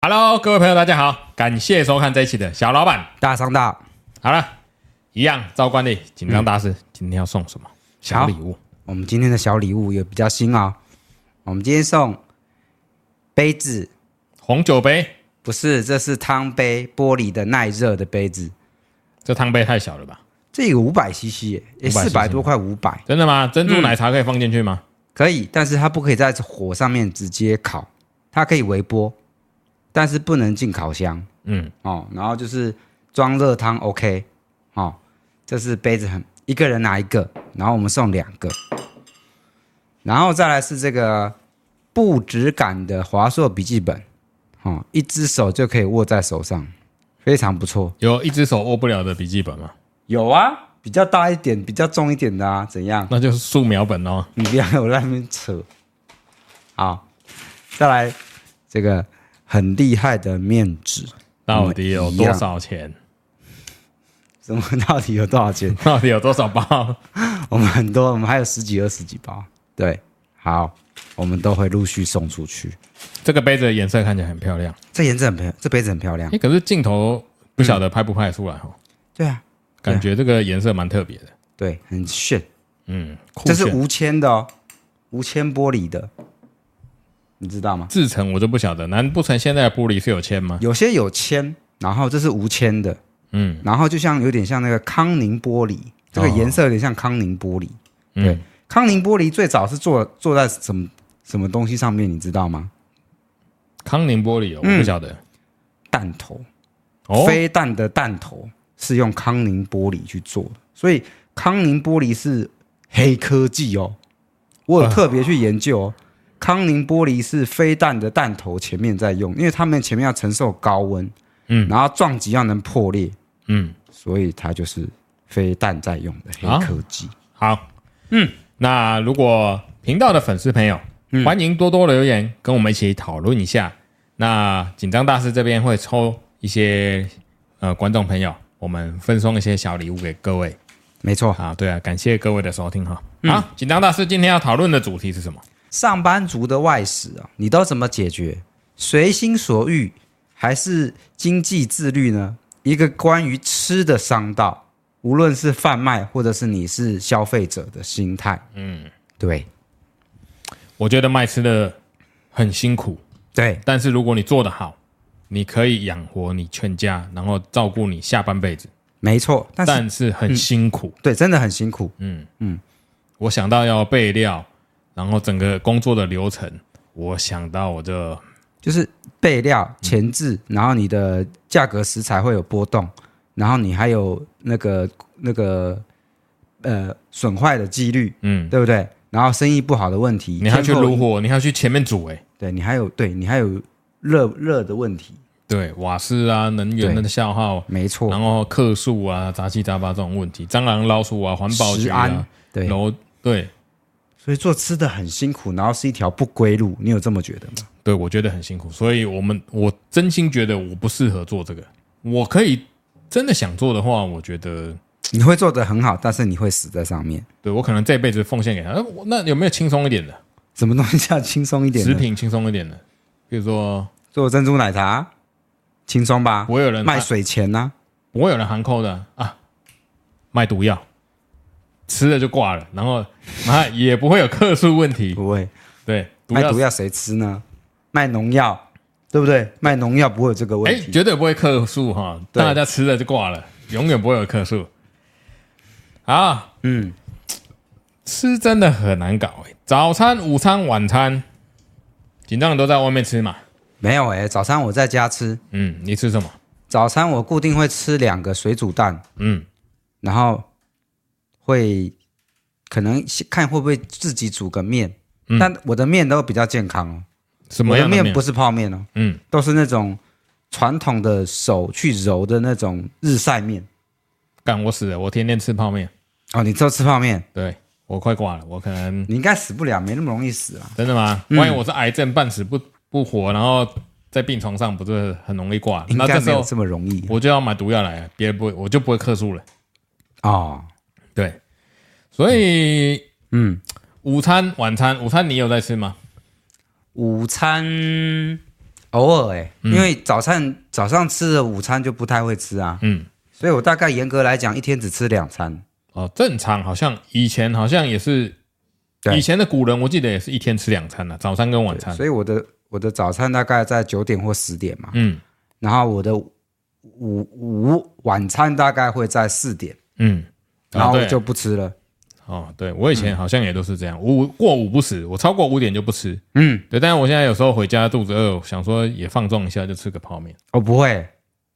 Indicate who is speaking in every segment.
Speaker 1: Hello，各位朋友，大家好，感谢收看这一期的小老板。
Speaker 2: 大商大
Speaker 1: 好了，一样照惯例，紧张大师、
Speaker 2: 嗯
Speaker 1: 今天要送什么小
Speaker 2: 好
Speaker 1: 礼物？
Speaker 2: 我们今天的小礼物也比较新哦。我们今天送杯子，
Speaker 1: 红酒杯，
Speaker 2: 不是，这是汤杯，玻璃的耐热的杯子。
Speaker 1: 这汤杯太小了吧？
Speaker 2: 这个五百 CC，也四百多块五百，
Speaker 1: 真的吗？珍珠
Speaker 2: 嗯
Speaker 1: 奶茶可以放进去吗？
Speaker 2: 可以，但是它不可以在火上面直接烤，它可以微波，但是不能进烤箱
Speaker 1: 嗯，
Speaker 2: 哦。然后就是装热汤 OK 哦，这是杯子很一个人拿一个，然后我们送两个，然后再来是这个不质感的华硕笔记本，哦，一只手就可以握在手上，非常不错。
Speaker 1: 有一只手握不了的笔记本吗？
Speaker 2: 有啊，比较大一点、比较重一点的啊，怎样？
Speaker 1: 那就是素描本哦。
Speaker 2: 你不要有在那边扯。好，再来这个很厉害的面纸，
Speaker 1: 到底有多少钱？
Speaker 2: 什么到底有多少钱？
Speaker 1: 到底有多少包？
Speaker 2: 我们很多，我们还有十几、二十几包。对，好，我们都会陆续送出去。
Speaker 1: 这个杯子的颜色看起来很漂亮，
Speaker 2: 这颜色很漂亮，这杯子很漂亮
Speaker 1: 哎、。可是镜头不晓得拍不拍得出来哦，
Speaker 2: 对啊，
Speaker 1: 感觉这个颜色蛮特别的。
Speaker 2: 对，很炫。
Speaker 1: 嗯，酷
Speaker 2: 这是
Speaker 1: 炫
Speaker 2: 无铅的哦，无铅玻璃的，你知道吗？
Speaker 1: 制成我就不晓得，难不成现在的玻璃是有铅吗？
Speaker 2: 有些有铅，然后这是无铅的，
Speaker 1: 嗯，
Speaker 2: 然后就像有点像那个康宁玻璃，这个
Speaker 1: 哦
Speaker 2: 颜色有点像康宁玻璃。
Speaker 1: 嗯
Speaker 2: 对，康宁玻璃最早是做做在什么什么东西上面，你知道吗？
Speaker 1: 康宁玻璃、哦，我不晓得。
Speaker 2: 弹头，
Speaker 1: 哦，
Speaker 2: 嗯飞弹的弹头是用康宁玻璃去做的，所以康宁玻璃是黑科技哦。我有特别去研究哦，康宁玻璃是飞弹的弹头前面在用，因为他们前面要承受高温，
Speaker 1: 嗯，
Speaker 2: 然后撞击要能破裂，
Speaker 1: 嗯，
Speaker 2: 所以它就是飞弹在用的
Speaker 1: 啊
Speaker 2: 黑科技。
Speaker 1: 好，嗯，那如果频道的粉丝朋友，
Speaker 2: 嗯
Speaker 1: 欢迎多多留言，跟我们一起讨论一下。那紧张大师这边会抽一些呃观众朋友，我们分送一些小礼物给各位
Speaker 2: 没错，
Speaker 1: 啊。对啊，感谢各位的收听哈。
Speaker 2: 嗯
Speaker 1: 好，紧张大师今天要讨论的主题是什么？
Speaker 2: 上班族的外食啊，你都怎么解决？随心所欲还是经济自律呢？一个关于吃的商道，无论是贩卖或者是你是消费者的心态，嗯，对
Speaker 1: 我觉得卖吃的很辛苦，
Speaker 2: 对，
Speaker 1: 但是如果你做得好，你可以养活你全家，然后照顾你下半辈子，
Speaker 2: 没错，但是嗯
Speaker 1: 但嗯是很辛苦。
Speaker 2: 对，真的很辛苦，
Speaker 1: 我想到要备料，然后整个工作的流程，我想到我就
Speaker 2: 就是备料、前置，
Speaker 1: 嗯
Speaker 2: 然后你的价格食材会有波动，然后你还有那个那个呃损坏的几率，
Speaker 1: 嗯，
Speaker 2: 对不对？然后生意不好的问题，
Speaker 1: 你还要去
Speaker 2: 天后
Speaker 1: 炉火，你还要去前面煮、欸，
Speaker 2: 对你还有对你还有热热的问题，
Speaker 1: 对，瓦斯啊，能源的消耗，
Speaker 2: 没
Speaker 1: 然
Speaker 2: 错，
Speaker 1: 后客数啊，杂七杂八这种问题，蟑螂、老鼠啊，环保局
Speaker 2: 食
Speaker 1: 啊
Speaker 2: 安，对，
Speaker 1: 楼对
Speaker 2: 所以做吃的很辛苦，然后是一条不归路，你有这么觉得吗？
Speaker 1: 对，我觉得很辛苦，所以我们我真心觉得我不适合做这个，我可以真的想做的话，我觉得。
Speaker 2: 你会做得很好，但是你会死在上面。
Speaker 1: 对我可能这辈子奉献给他，那我那有没有轻松一点的
Speaker 2: 什么东西叫轻松一点
Speaker 1: 食
Speaker 2: 呢？
Speaker 1: 品轻松一点的？比如说
Speaker 2: 做珍珠奶茶，轻松吧？
Speaker 1: 不会有人
Speaker 2: 卖
Speaker 1: 他
Speaker 2: 水钱呐、
Speaker 1: 不会有人含扣的啊，卖毒药，吃了就挂了，然后 妈也不会有客诉问题。
Speaker 2: 不会
Speaker 1: 对，毒
Speaker 2: 卖
Speaker 1: 药
Speaker 2: 毒，药谁吃呢？卖农药，对不对？卖农药不会有这个问
Speaker 1: 哎，
Speaker 2: 题。
Speaker 1: 绝对不会客诉哈，
Speaker 2: 对
Speaker 1: 大家吃了就挂了，永远不会有客诉。啊，
Speaker 2: 嗯，
Speaker 1: 吃真的很难搞哎、早餐、午餐、晚餐，紧张的都在外面吃嘛。
Speaker 2: 没有哎、早餐我在家吃，
Speaker 1: 嗯，你吃什么？
Speaker 2: 早餐我固定会吃两个水煮蛋，
Speaker 1: 嗯，
Speaker 2: 然后会可能先看会不会自己煮个面，但我的面都比较健康哦，
Speaker 1: 什嗯么
Speaker 2: 我的
Speaker 1: 样的
Speaker 2: 面不是泡面哦，
Speaker 1: 嗯，
Speaker 2: 都是那种传统的手去揉的那种日晒面
Speaker 1: 干我死了，我天天吃泡面，
Speaker 2: 哦。你都吃泡面，
Speaker 1: 对我快挂了，我可能
Speaker 2: 你应该死不了，没那么容易死啊。
Speaker 1: 真的吗？万一我是癌症半死不不活，然后在病床上，不是很容易挂？
Speaker 2: 应
Speaker 1: 那这
Speaker 2: 该
Speaker 1: 时
Speaker 2: 没有
Speaker 1: 候
Speaker 2: 这么容易
Speaker 1: 我就要买毒药来，别人不会，我就不会克数了。
Speaker 2: 哦。
Speaker 1: 对，所以
Speaker 2: 嗯，
Speaker 1: 午餐、晚餐，午餐你有在吃吗？
Speaker 2: 午餐偶尔哎、
Speaker 1: 嗯
Speaker 2: 因为早餐早上吃的午餐就不太会吃啊，
Speaker 1: 嗯，
Speaker 2: 所以我大概严格来讲，一天只吃两餐。
Speaker 1: 哦，正常好像以前好像也是，
Speaker 2: 对
Speaker 1: 以前的古人我记得也是一天吃两餐的、啊早餐跟晚餐。
Speaker 2: 所以我的我的早餐大概在九点或十点嘛，
Speaker 1: 嗯
Speaker 2: 然后我的午午晚餐大概会在四点，
Speaker 1: 嗯，
Speaker 2: 然后
Speaker 1: 啊
Speaker 2: 我
Speaker 1: 对
Speaker 2: 就嗯不吃了。
Speaker 1: 哦，对我以前好像也都是这样，五过午不食，我超过五点就不吃。
Speaker 2: 嗯，
Speaker 1: 对，但是我现在有时候回家肚子饿，想说也放纵一下，就吃个泡面。
Speaker 2: 我哦不会，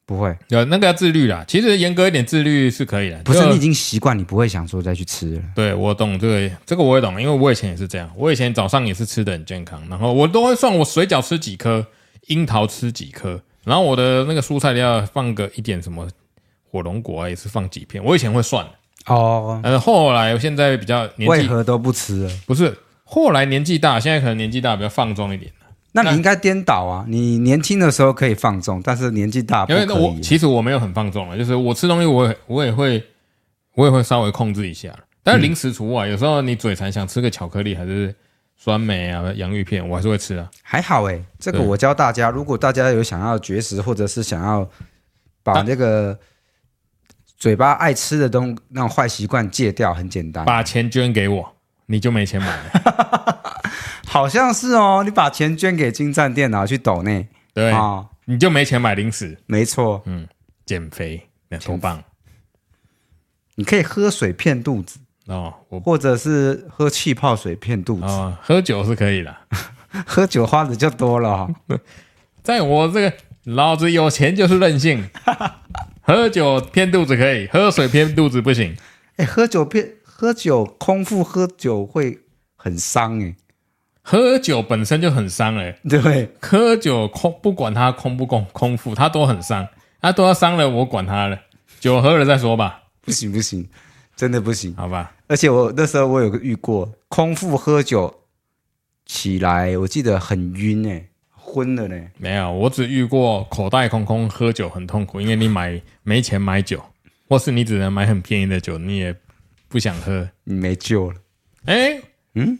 Speaker 2: 不会，
Speaker 1: 有那个要自律啦，其实严格一点自律是可以的。
Speaker 2: 不是
Speaker 1: 就
Speaker 2: 你已经习惯，你不会想说再去吃了。
Speaker 1: 对我懂这个，这个我也懂，因为我以前也是这样。我以前早上也是吃的很健康，然后我都会算我水饺吃几颗，樱桃吃几颗，然后我的那个蔬菜要放个一点什么火龙果啊，也是放几片。我以前会算，
Speaker 2: 哦，
Speaker 1: 但是后来我现在比较年
Speaker 2: 为
Speaker 1: 纪
Speaker 2: 何都不吃了？
Speaker 1: 不是，后来年纪大，现在可能年纪大比较放纵一点。
Speaker 2: 那你应该颠倒啊！你年轻的时候可以放纵，但是年纪大啊不
Speaker 1: 因
Speaker 2: 可
Speaker 1: 为那我
Speaker 2: 以。
Speaker 1: 其实我没有很放纵了，就是我吃东西我也我也会我也会稍微控制一下，但是零食除外。有时候你嘴馋想吃个巧克力还是酸梅啊、洋芋片，我还是会吃啊。
Speaker 2: 还好哎、这个
Speaker 1: 对
Speaker 2: 我教大家，如果大家有想要绝食，或者是想要
Speaker 1: 啊
Speaker 2: 把那个嘴巴爱吃的东那种坏习惯戒掉，很简单。
Speaker 1: 把钱捐给我，你就没钱买了。
Speaker 2: 好像是哦，你把钱捐给金站电脑去抖内
Speaker 1: 对，嗯
Speaker 2: 啊、
Speaker 1: 你就没钱买零食，
Speaker 2: 没错，
Speaker 1: 减肥那多棒
Speaker 2: 你可以喝水骗肚子，
Speaker 1: 哦！我
Speaker 2: 或者是喝气泡水骗肚子，
Speaker 1: 哦，喝酒是可以的，
Speaker 2: 喝酒花的就多 了、哦。
Speaker 1: 在我这个老子有钱就是任 性，喝酒骗肚子可以，喝水骗肚子不行。
Speaker 2: 哎，喝酒骗喝酒空腹喝酒会很伤哎、
Speaker 1: 喝酒本身就很伤了、欸
Speaker 2: 对不对？
Speaker 1: 喝酒空不管他空不空空腹，他都很伤，他都要伤了，我管他了，酒喝了再说吧，
Speaker 2: 不行不行，真的不行。
Speaker 1: 好吧？
Speaker 2: 而且我那时候我有个遇过，空腹喝酒起来，我记得很晕哎、昏了呢、
Speaker 1: 没有，我只遇过口袋空空喝酒很痛苦，因为你买没钱买酒，或是你只能买很便宜的酒，你也不想喝。
Speaker 2: 你没救了。
Speaker 1: 哎、
Speaker 2: 嗯，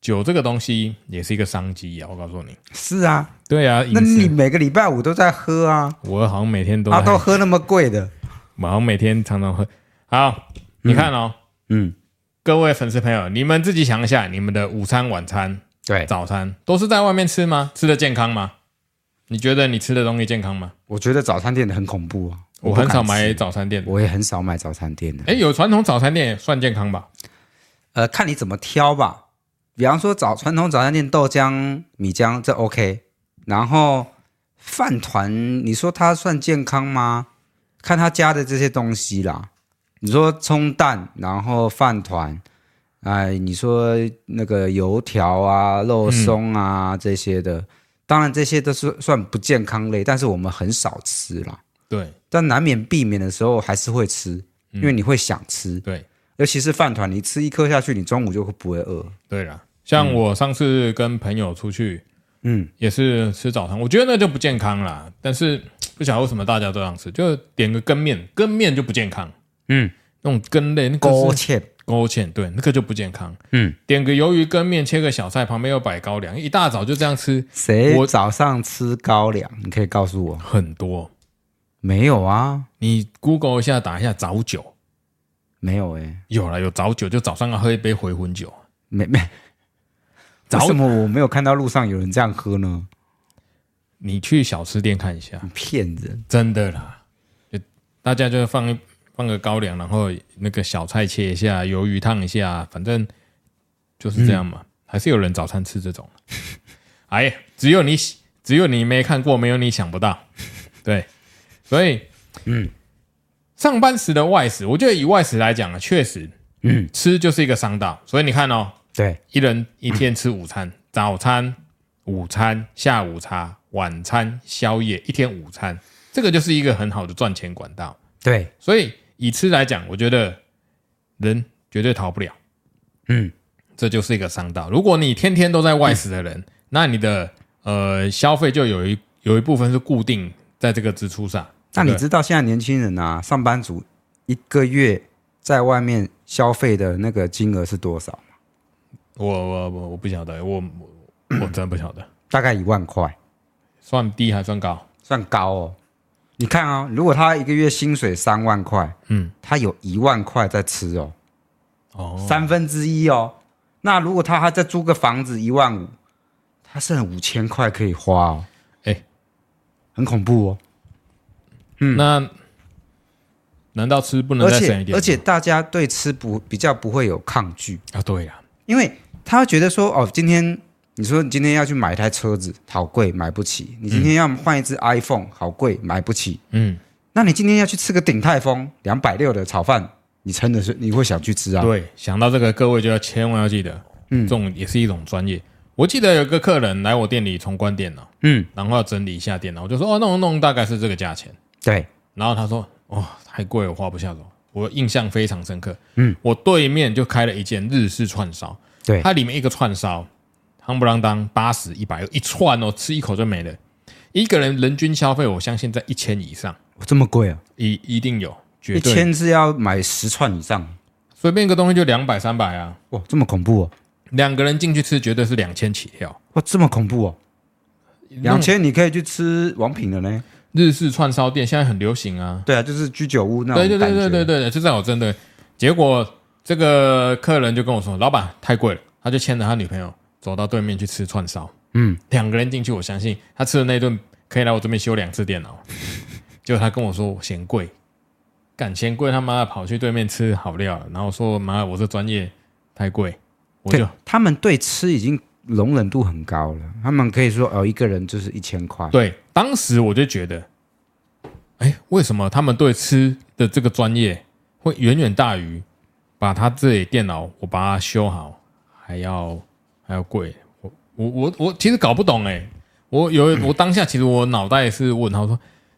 Speaker 1: 酒这个东西也是一个商机啊，我告诉你。
Speaker 2: 是啊，
Speaker 1: 对啊，饮
Speaker 2: 那你
Speaker 1: 食
Speaker 2: 每个礼拜五都在喝啊，
Speaker 1: 我好像每天都在
Speaker 2: 啊，都喝那么贵的，
Speaker 1: 我好像每天常常喝。好，你看哦，
Speaker 2: 嗯，
Speaker 1: 各位粉丝朋友，你们自己想一下，你们的午餐、晚餐
Speaker 2: 对，
Speaker 1: 早餐都是在外面吃吗？吃的健康吗？你觉得你吃的东西健康吗？
Speaker 2: 我觉得早餐店的很恐怖啊，
Speaker 1: 我
Speaker 2: 不
Speaker 1: 很
Speaker 2: 敢
Speaker 1: 少买
Speaker 2: 吃，
Speaker 1: 早餐店的。
Speaker 2: 我也很少买早餐店的，
Speaker 1: 哎，有传统早餐店也算健康吧？
Speaker 2: 呃，看你怎么挑吧。比方说早传统早餐店豆浆、米浆这 OK，然后饭团，你说它算健康吗？看它加的这些东西啦。你说葱蛋，然后饭团，哎、你说那个油条啊、肉松啊、这些的，当然这些都是算不健康类，但是我们很少吃啦。
Speaker 1: 对
Speaker 2: 但难免避免的时候还是会吃，因为你会想吃。
Speaker 1: 对
Speaker 2: 尤其是饭团，你吃一颗下去，你中午就会不会饿。
Speaker 1: 对啦，像我上次跟朋友出去
Speaker 2: 嗯，
Speaker 1: 也是吃早餐，我觉得那就不健康啦。但是不晓得为什么大家都这样吃，就点个羹面，羹面就不健康。
Speaker 2: 嗯，
Speaker 1: 那种羹类那
Speaker 2: 勾
Speaker 1: 个是
Speaker 2: 芡，
Speaker 1: 勾芡，对，那个就不健康。
Speaker 2: 嗯，
Speaker 1: 点个鱿鱼羹面，切个小菜，旁边有摆高粱，一大早就这样吃，
Speaker 2: 谁
Speaker 1: 我
Speaker 2: 早上吃高粱？你可以告诉我，
Speaker 1: 很多。
Speaker 2: 没有啊，
Speaker 1: 你 Google 一下，打一下早酒，
Speaker 2: 没有哎、
Speaker 1: 有了，有早酒，就早上要喝一杯回魂酒。
Speaker 2: 没没。
Speaker 1: 早
Speaker 2: 为什么我没有看到路上有人这样喝呢？
Speaker 1: 你去小吃店看一下，
Speaker 2: 你骗人！
Speaker 1: 真的啦，就大家就放一放个高粱，然后那个小菜切一下，鱿鱼烫一下，反正就是这样嘛。还是有人早餐吃这种， 哎呀，只有你只有你没看过，没有你想不到。 对，所以嗯，上班时的外食，我觉得以外食来讲啊，确实，嗯，吃就是一个商道。所以你看哦，
Speaker 2: 对，
Speaker 1: 一人一天吃午 餐，早餐、午餐、下午茶、晚餐、宵夜，一天午餐，这个就是一个很好的赚钱管道。
Speaker 2: 对，
Speaker 1: 所以以吃来讲，我觉得人绝对逃不了，
Speaker 2: 嗯，
Speaker 1: 这就是一个商道。如果你天天都在外食的人，
Speaker 2: 嗯
Speaker 1: 那你的呃消费就有一有一部分是固定在这个支出上。
Speaker 2: 那你
Speaker 1: 对
Speaker 2: 知道现在年轻人啊，上班族一个月在外面消费的那个金额是多少？
Speaker 1: 我我我我不晓得，我我我真的不晓得，
Speaker 2: 大概一万块。
Speaker 1: 算低还算高？
Speaker 2: 算高哦。你看哦，如果他一个月薪水三万块，
Speaker 1: 嗯，
Speaker 2: 他有一万块在吃哦，
Speaker 1: 哦，
Speaker 2: 三分之一哦。那如果他还再租个房子一万五，他剩五千块可以花哦。
Speaker 1: 哎
Speaker 2: 很恐怖哦。嗯
Speaker 1: 那难道吃不能
Speaker 2: 而
Speaker 1: 再省一
Speaker 2: 且
Speaker 1: 点吗？
Speaker 2: 而且大家对吃不比较不会有抗拒，
Speaker 1: 啊，对呀，
Speaker 2: 因为他会觉得说哦，今天你说你今天要去买一台车子，好贵，买不起；你今天要换一只 iPhone，好贵，买不起。
Speaker 1: 嗯，
Speaker 2: 那你今天要去吃个鼎泰丰两百六的炒饭，你真的是你会想去吃啊？
Speaker 1: 对，想到这个，各位就要千万要记得，嗯，这种也是一种专业。我记得有个客人来我店里重关电脑，
Speaker 2: 嗯，
Speaker 1: 然后要整理一下电脑，我就说哦，弄一弄大概是这个价钱。
Speaker 2: 对，
Speaker 1: 然后他说：“哦，太贵了，我花不下手。”我印象非常深刻。嗯，我对面就开了一间日式串烧，
Speaker 2: 对
Speaker 1: 它里面一个串烧，夯不啷当八十一百一串哦，吃一口就没了。一个人人均消费，我相信在一千以上，
Speaker 2: 这么贵啊！
Speaker 1: 一一定有，绝
Speaker 2: 一
Speaker 1: 对。
Speaker 2: 千是要买十串以上，
Speaker 1: 随便一个东西就两百三百啊，
Speaker 2: 哇，这么恐怖哦！
Speaker 1: 两个人进去吃绝对是两千起跳。
Speaker 2: 哇，这么恐怖哦！
Speaker 1: 那
Speaker 2: 两
Speaker 1: 种
Speaker 2: 千你可以去吃王品了呢。
Speaker 1: 日式串烧店现在很流行啊，
Speaker 2: 对啊，就是居酒屋那
Speaker 1: 对对
Speaker 2: 种感觉。
Speaker 1: 对对对对对，就在我真的，结果这个客人就跟我说，老板太贵了，他就牵着他女朋友走到对面去吃串烧，
Speaker 2: 嗯，
Speaker 1: 两个人进去，我相信他吃的那顿可以来我这边修两次电脑，结果他跟我说嫌贵，敢嫌贵他妈的跑去对面吃好料了，然后说妈的我这专业太贵，我就
Speaker 2: 对，他们对吃已经容忍度很高了，他们可以说哦，一个人就是一千块。
Speaker 1: 对，当时我就觉得，哎，为什么他们对吃的这个专业会远远大于把他自己电脑我把它修好还要还要贵？我我我我其实搞不懂哎、我有我当下其实我脑袋是问他说，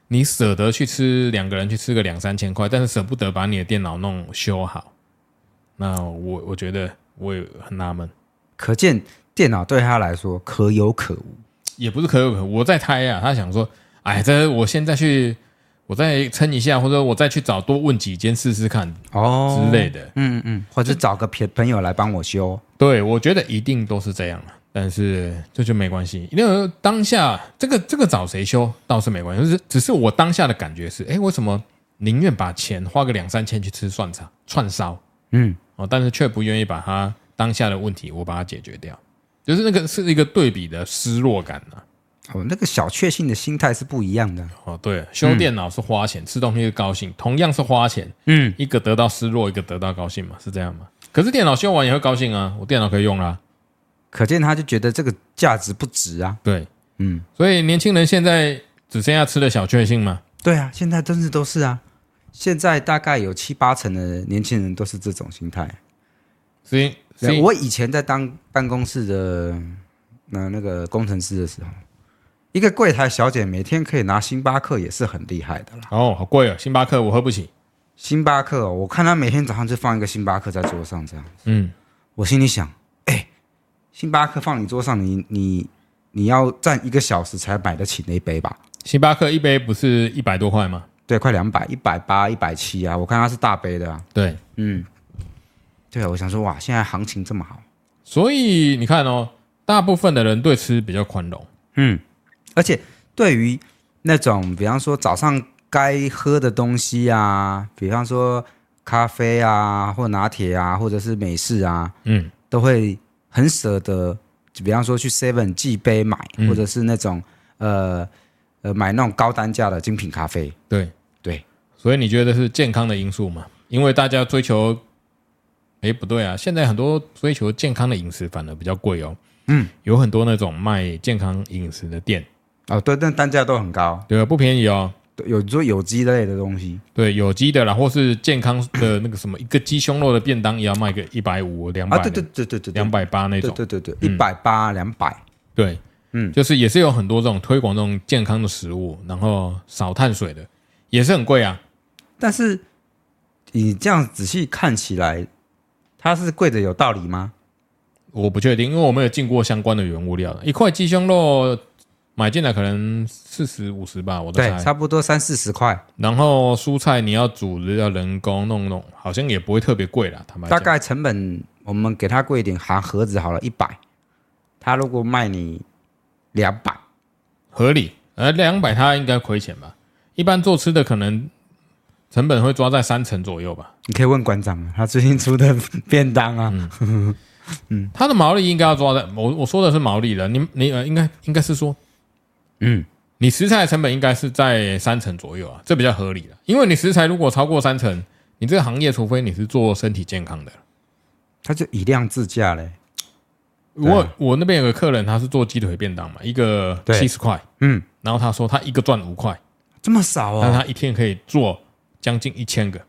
Speaker 1: 你舍得去吃两个人去吃个两三千块，但是舍不得把你的电脑弄修好，那我我觉得我也很纳闷。
Speaker 2: 可见电脑对他来说可有可无。
Speaker 1: 也不是可有可无，我在猜啊，他想说，哎，这我现在去，我再撑一下，或者我再去找多问几间试试看
Speaker 2: 哦
Speaker 1: 之类的。
Speaker 2: 嗯嗯，或者找个朋朋友来帮我修。
Speaker 1: 对，我觉得一定都是这样啊，但是这就没关系，因为当下这个这个找谁修倒是没关系，就是只是我当下的感觉是，哎，为什么宁愿把钱花个两三千去吃涮肠串烧
Speaker 2: 嗯，
Speaker 1: 哦，但是却不愿意把它当下的问题我把它解决掉，就是那个是一个对比的失落感啊。
Speaker 2: 哦，那个小确幸的心态是不一样的。
Speaker 1: 哦，对，修电脑是花钱，吃东西是高兴，同样是花钱，
Speaker 2: 嗯，
Speaker 1: 一个得到失落，一个得到高兴嘛，是这样吗？可是电脑修完也会高兴啊，我电脑可以用啦、
Speaker 2: 可见他就觉得这个价值不值啊。
Speaker 1: 对，
Speaker 2: 嗯，
Speaker 1: 所以年轻人现在只剩下吃的小确幸嘛。
Speaker 2: 对啊，现在真是都是啊。现在大概有七八成的年轻人都是这种心态。
Speaker 1: 所以，所以
Speaker 2: 我以前在当办公室的呃那那个工程师的时候，一个柜台小姐每天可以拿星巴克也是很厉害的啦。
Speaker 1: 哦，好贵哦，星巴克我喝不起。
Speaker 2: 星巴克哦、我看她每天早上就放一个星巴克在桌上，这样
Speaker 1: 嗯，
Speaker 2: 我心里想，哎、星巴克放你桌上，你你你要站一个小时才买得起那一杯吧？
Speaker 1: 星巴克一杯不是一百多块吗？
Speaker 2: 对，快两百，一百八、一百七啊！我看它是大杯的啊。
Speaker 1: 对，
Speaker 2: 嗯，对啊，我想说哇，现在行情这么好，
Speaker 1: 所以你看哦，大部分的人对吃比较宽容。
Speaker 2: 嗯，而且对于那种比方说早上该喝的东西啊，比方说咖啡啊，或拿铁啊，或者是美式啊，
Speaker 1: 嗯，
Speaker 2: 都会很舍得。就比方说去 Seven 寄杯买，或者是那种呃呃买那种高单价的精品咖啡，
Speaker 1: 对，
Speaker 2: 对，
Speaker 1: 所以你觉得是健康的因素吗？因为大家追求，哎，不对啊，现在很多追求健康的饮食反而比较贵哦。嗯，有很多那种卖健康饮食的店，
Speaker 2: 哦对，但单价都很高，
Speaker 1: 对吧？不便宜哦。
Speaker 2: 对有做有机类的东西，
Speaker 1: 对，有机的啦，或是健康的那个什么，一个鸡胸肉的便当也要卖个一百五、两百、
Speaker 2: 啊，对对对对对，
Speaker 1: 两百八那
Speaker 2: 对
Speaker 1: 种。嗯
Speaker 2: 对对对，一百八两百，
Speaker 1: 对，嗯，就是也是有很多这种推广这种健康的食物，然后少碳水的，也是很贵啊。
Speaker 2: 但是你这样仔细看起来，它是贵的有道理吗？
Speaker 1: 我不确定，因为我没有进过相关的原物料。一块鸡胸肉买进来可能四十五十吧，我都
Speaker 2: 对，
Speaker 1: 猜。
Speaker 2: 差不多三四十块，
Speaker 1: 然后蔬菜你要煮要人工弄弄，好像也不会特别贵啦。坦白
Speaker 2: 大
Speaker 1: 讲，
Speaker 2: 概成本我们给它贵一点，含盒子好了，一百。它如果卖你两百，
Speaker 1: 合理。呃，两百他应该亏钱吧？一般做吃的可能成本会抓在三成左右吧。
Speaker 2: 你可以问馆长啊，他最近出的便当啊，
Speaker 1: 嗯它的毛利应该要抓在，我我说的是毛利了，你你呃，应该应该是说，
Speaker 2: 嗯，
Speaker 1: 你食材的成本应该是在三成左右啊，这比较合理了，因为你食材如果超过三成，你这个行业除非你是做身体健康的，
Speaker 2: 他就以量制价嘞。
Speaker 1: 我我那边有个客人他是做鸡腿便当嘛，一个
Speaker 2: 对
Speaker 1: 七十块，
Speaker 2: 嗯，
Speaker 1: 然后他说他一个赚五块，
Speaker 2: 这么少
Speaker 1: 但
Speaker 2: 哦，
Speaker 1: 他一天可以做将近一千个，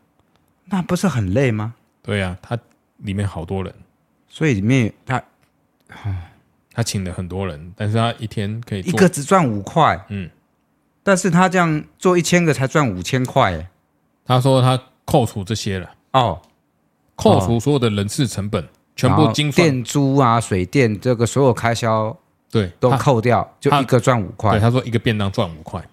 Speaker 2: 那不是很累吗？
Speaker 1: 对啊，他里面好多人，
Speaker 2: 所以里面他
Speaker 1: 他请了很多人，但是他一天可以
Speaker 2: 一
Speaker 1: 做
Speaker 2: 个只赚五块，
Speaker 1: 嗯，
Speaker 2: 但是他这样做一千个才赚五千块耶，
Speaker 1: 他说他扣除这些了，
Speaker 2: 哦，
Speaker 1: 扣除所有的人事成本。全
Speaker 2: 啊然
Speaker 1: 部
Speaker 2: 后
Speaker 1: 精算
Speaker 2: 电租啊、水电这个所有开销
Speaker 1: 对，
Speaker 2: 都
Speaker 1: 他
Speaker 2: 扣掉，就
Speaker 1: 他
Speaker 2: 一个赚五
Speaker 1: 对
Speaker 2: 块，
Speaker 1: 他说一个便当赚五块，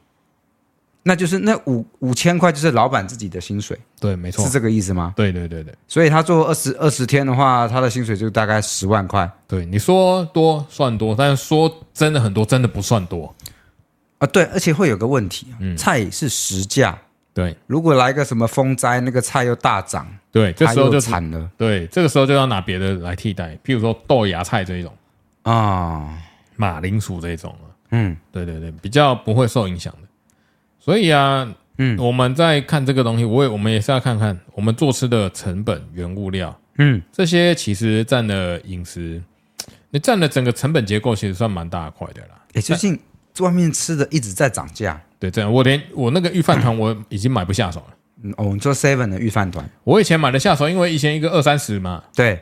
Speaker 2: 那就是那五五千块就是老板自己的薪水，
Speaker 1: 对，没错
Speaker 2: 是，这个意思吗？
Speaker 1: 对对对对
Speaker 2: 所以他做二十二十天的话，他的薪水就大概十万块
Speaker 1: 对，你说多算多，但是说真的很多，真的不算多，
Speaker 2: 啊。对，而且会有个问题啊，
Speaker 1: 嗯
Speaker 2: 菜是实价，
Speaker 1: 对
Speaker 2: 如果来个什么风灾，那个菜又大涨，
Speaker 1: 对，这时候
Speaker 2: 它又
Speaker 1: 就
Speaker 2: 惨了
Speaker 1: 对，这个时候就要拿别的来替代，譬如说豆芽菜这一种，
Speaker 2: 啊、
Speaker 1: 马铃薯这一种啊，
Speaker 2: 嗯，
Speaker 1: 对对对，比较不会受影响的。所以啊，
Speaker 2: 嗯，
Speaker 1: 我们在看这个东西，我也我们也是要看看我们做吃的成本、原物料，
Speaker 2: 嗯，
Speaker 1: 这些其实占了饮食，你占了整个成本结构，其实算蛮大块的啦。
Speaker 2: 哎、最近外面吃的一直在涨价。
Speaker 1: 对，这样我连我那个御饭团我已经买不下手了。
Speaker 2: 嗯，哦，你做 Seven 的预饭团，
Speaker 1: 我以前买的下手，因为以前一个二三十嘛，
Speaker 2: 对，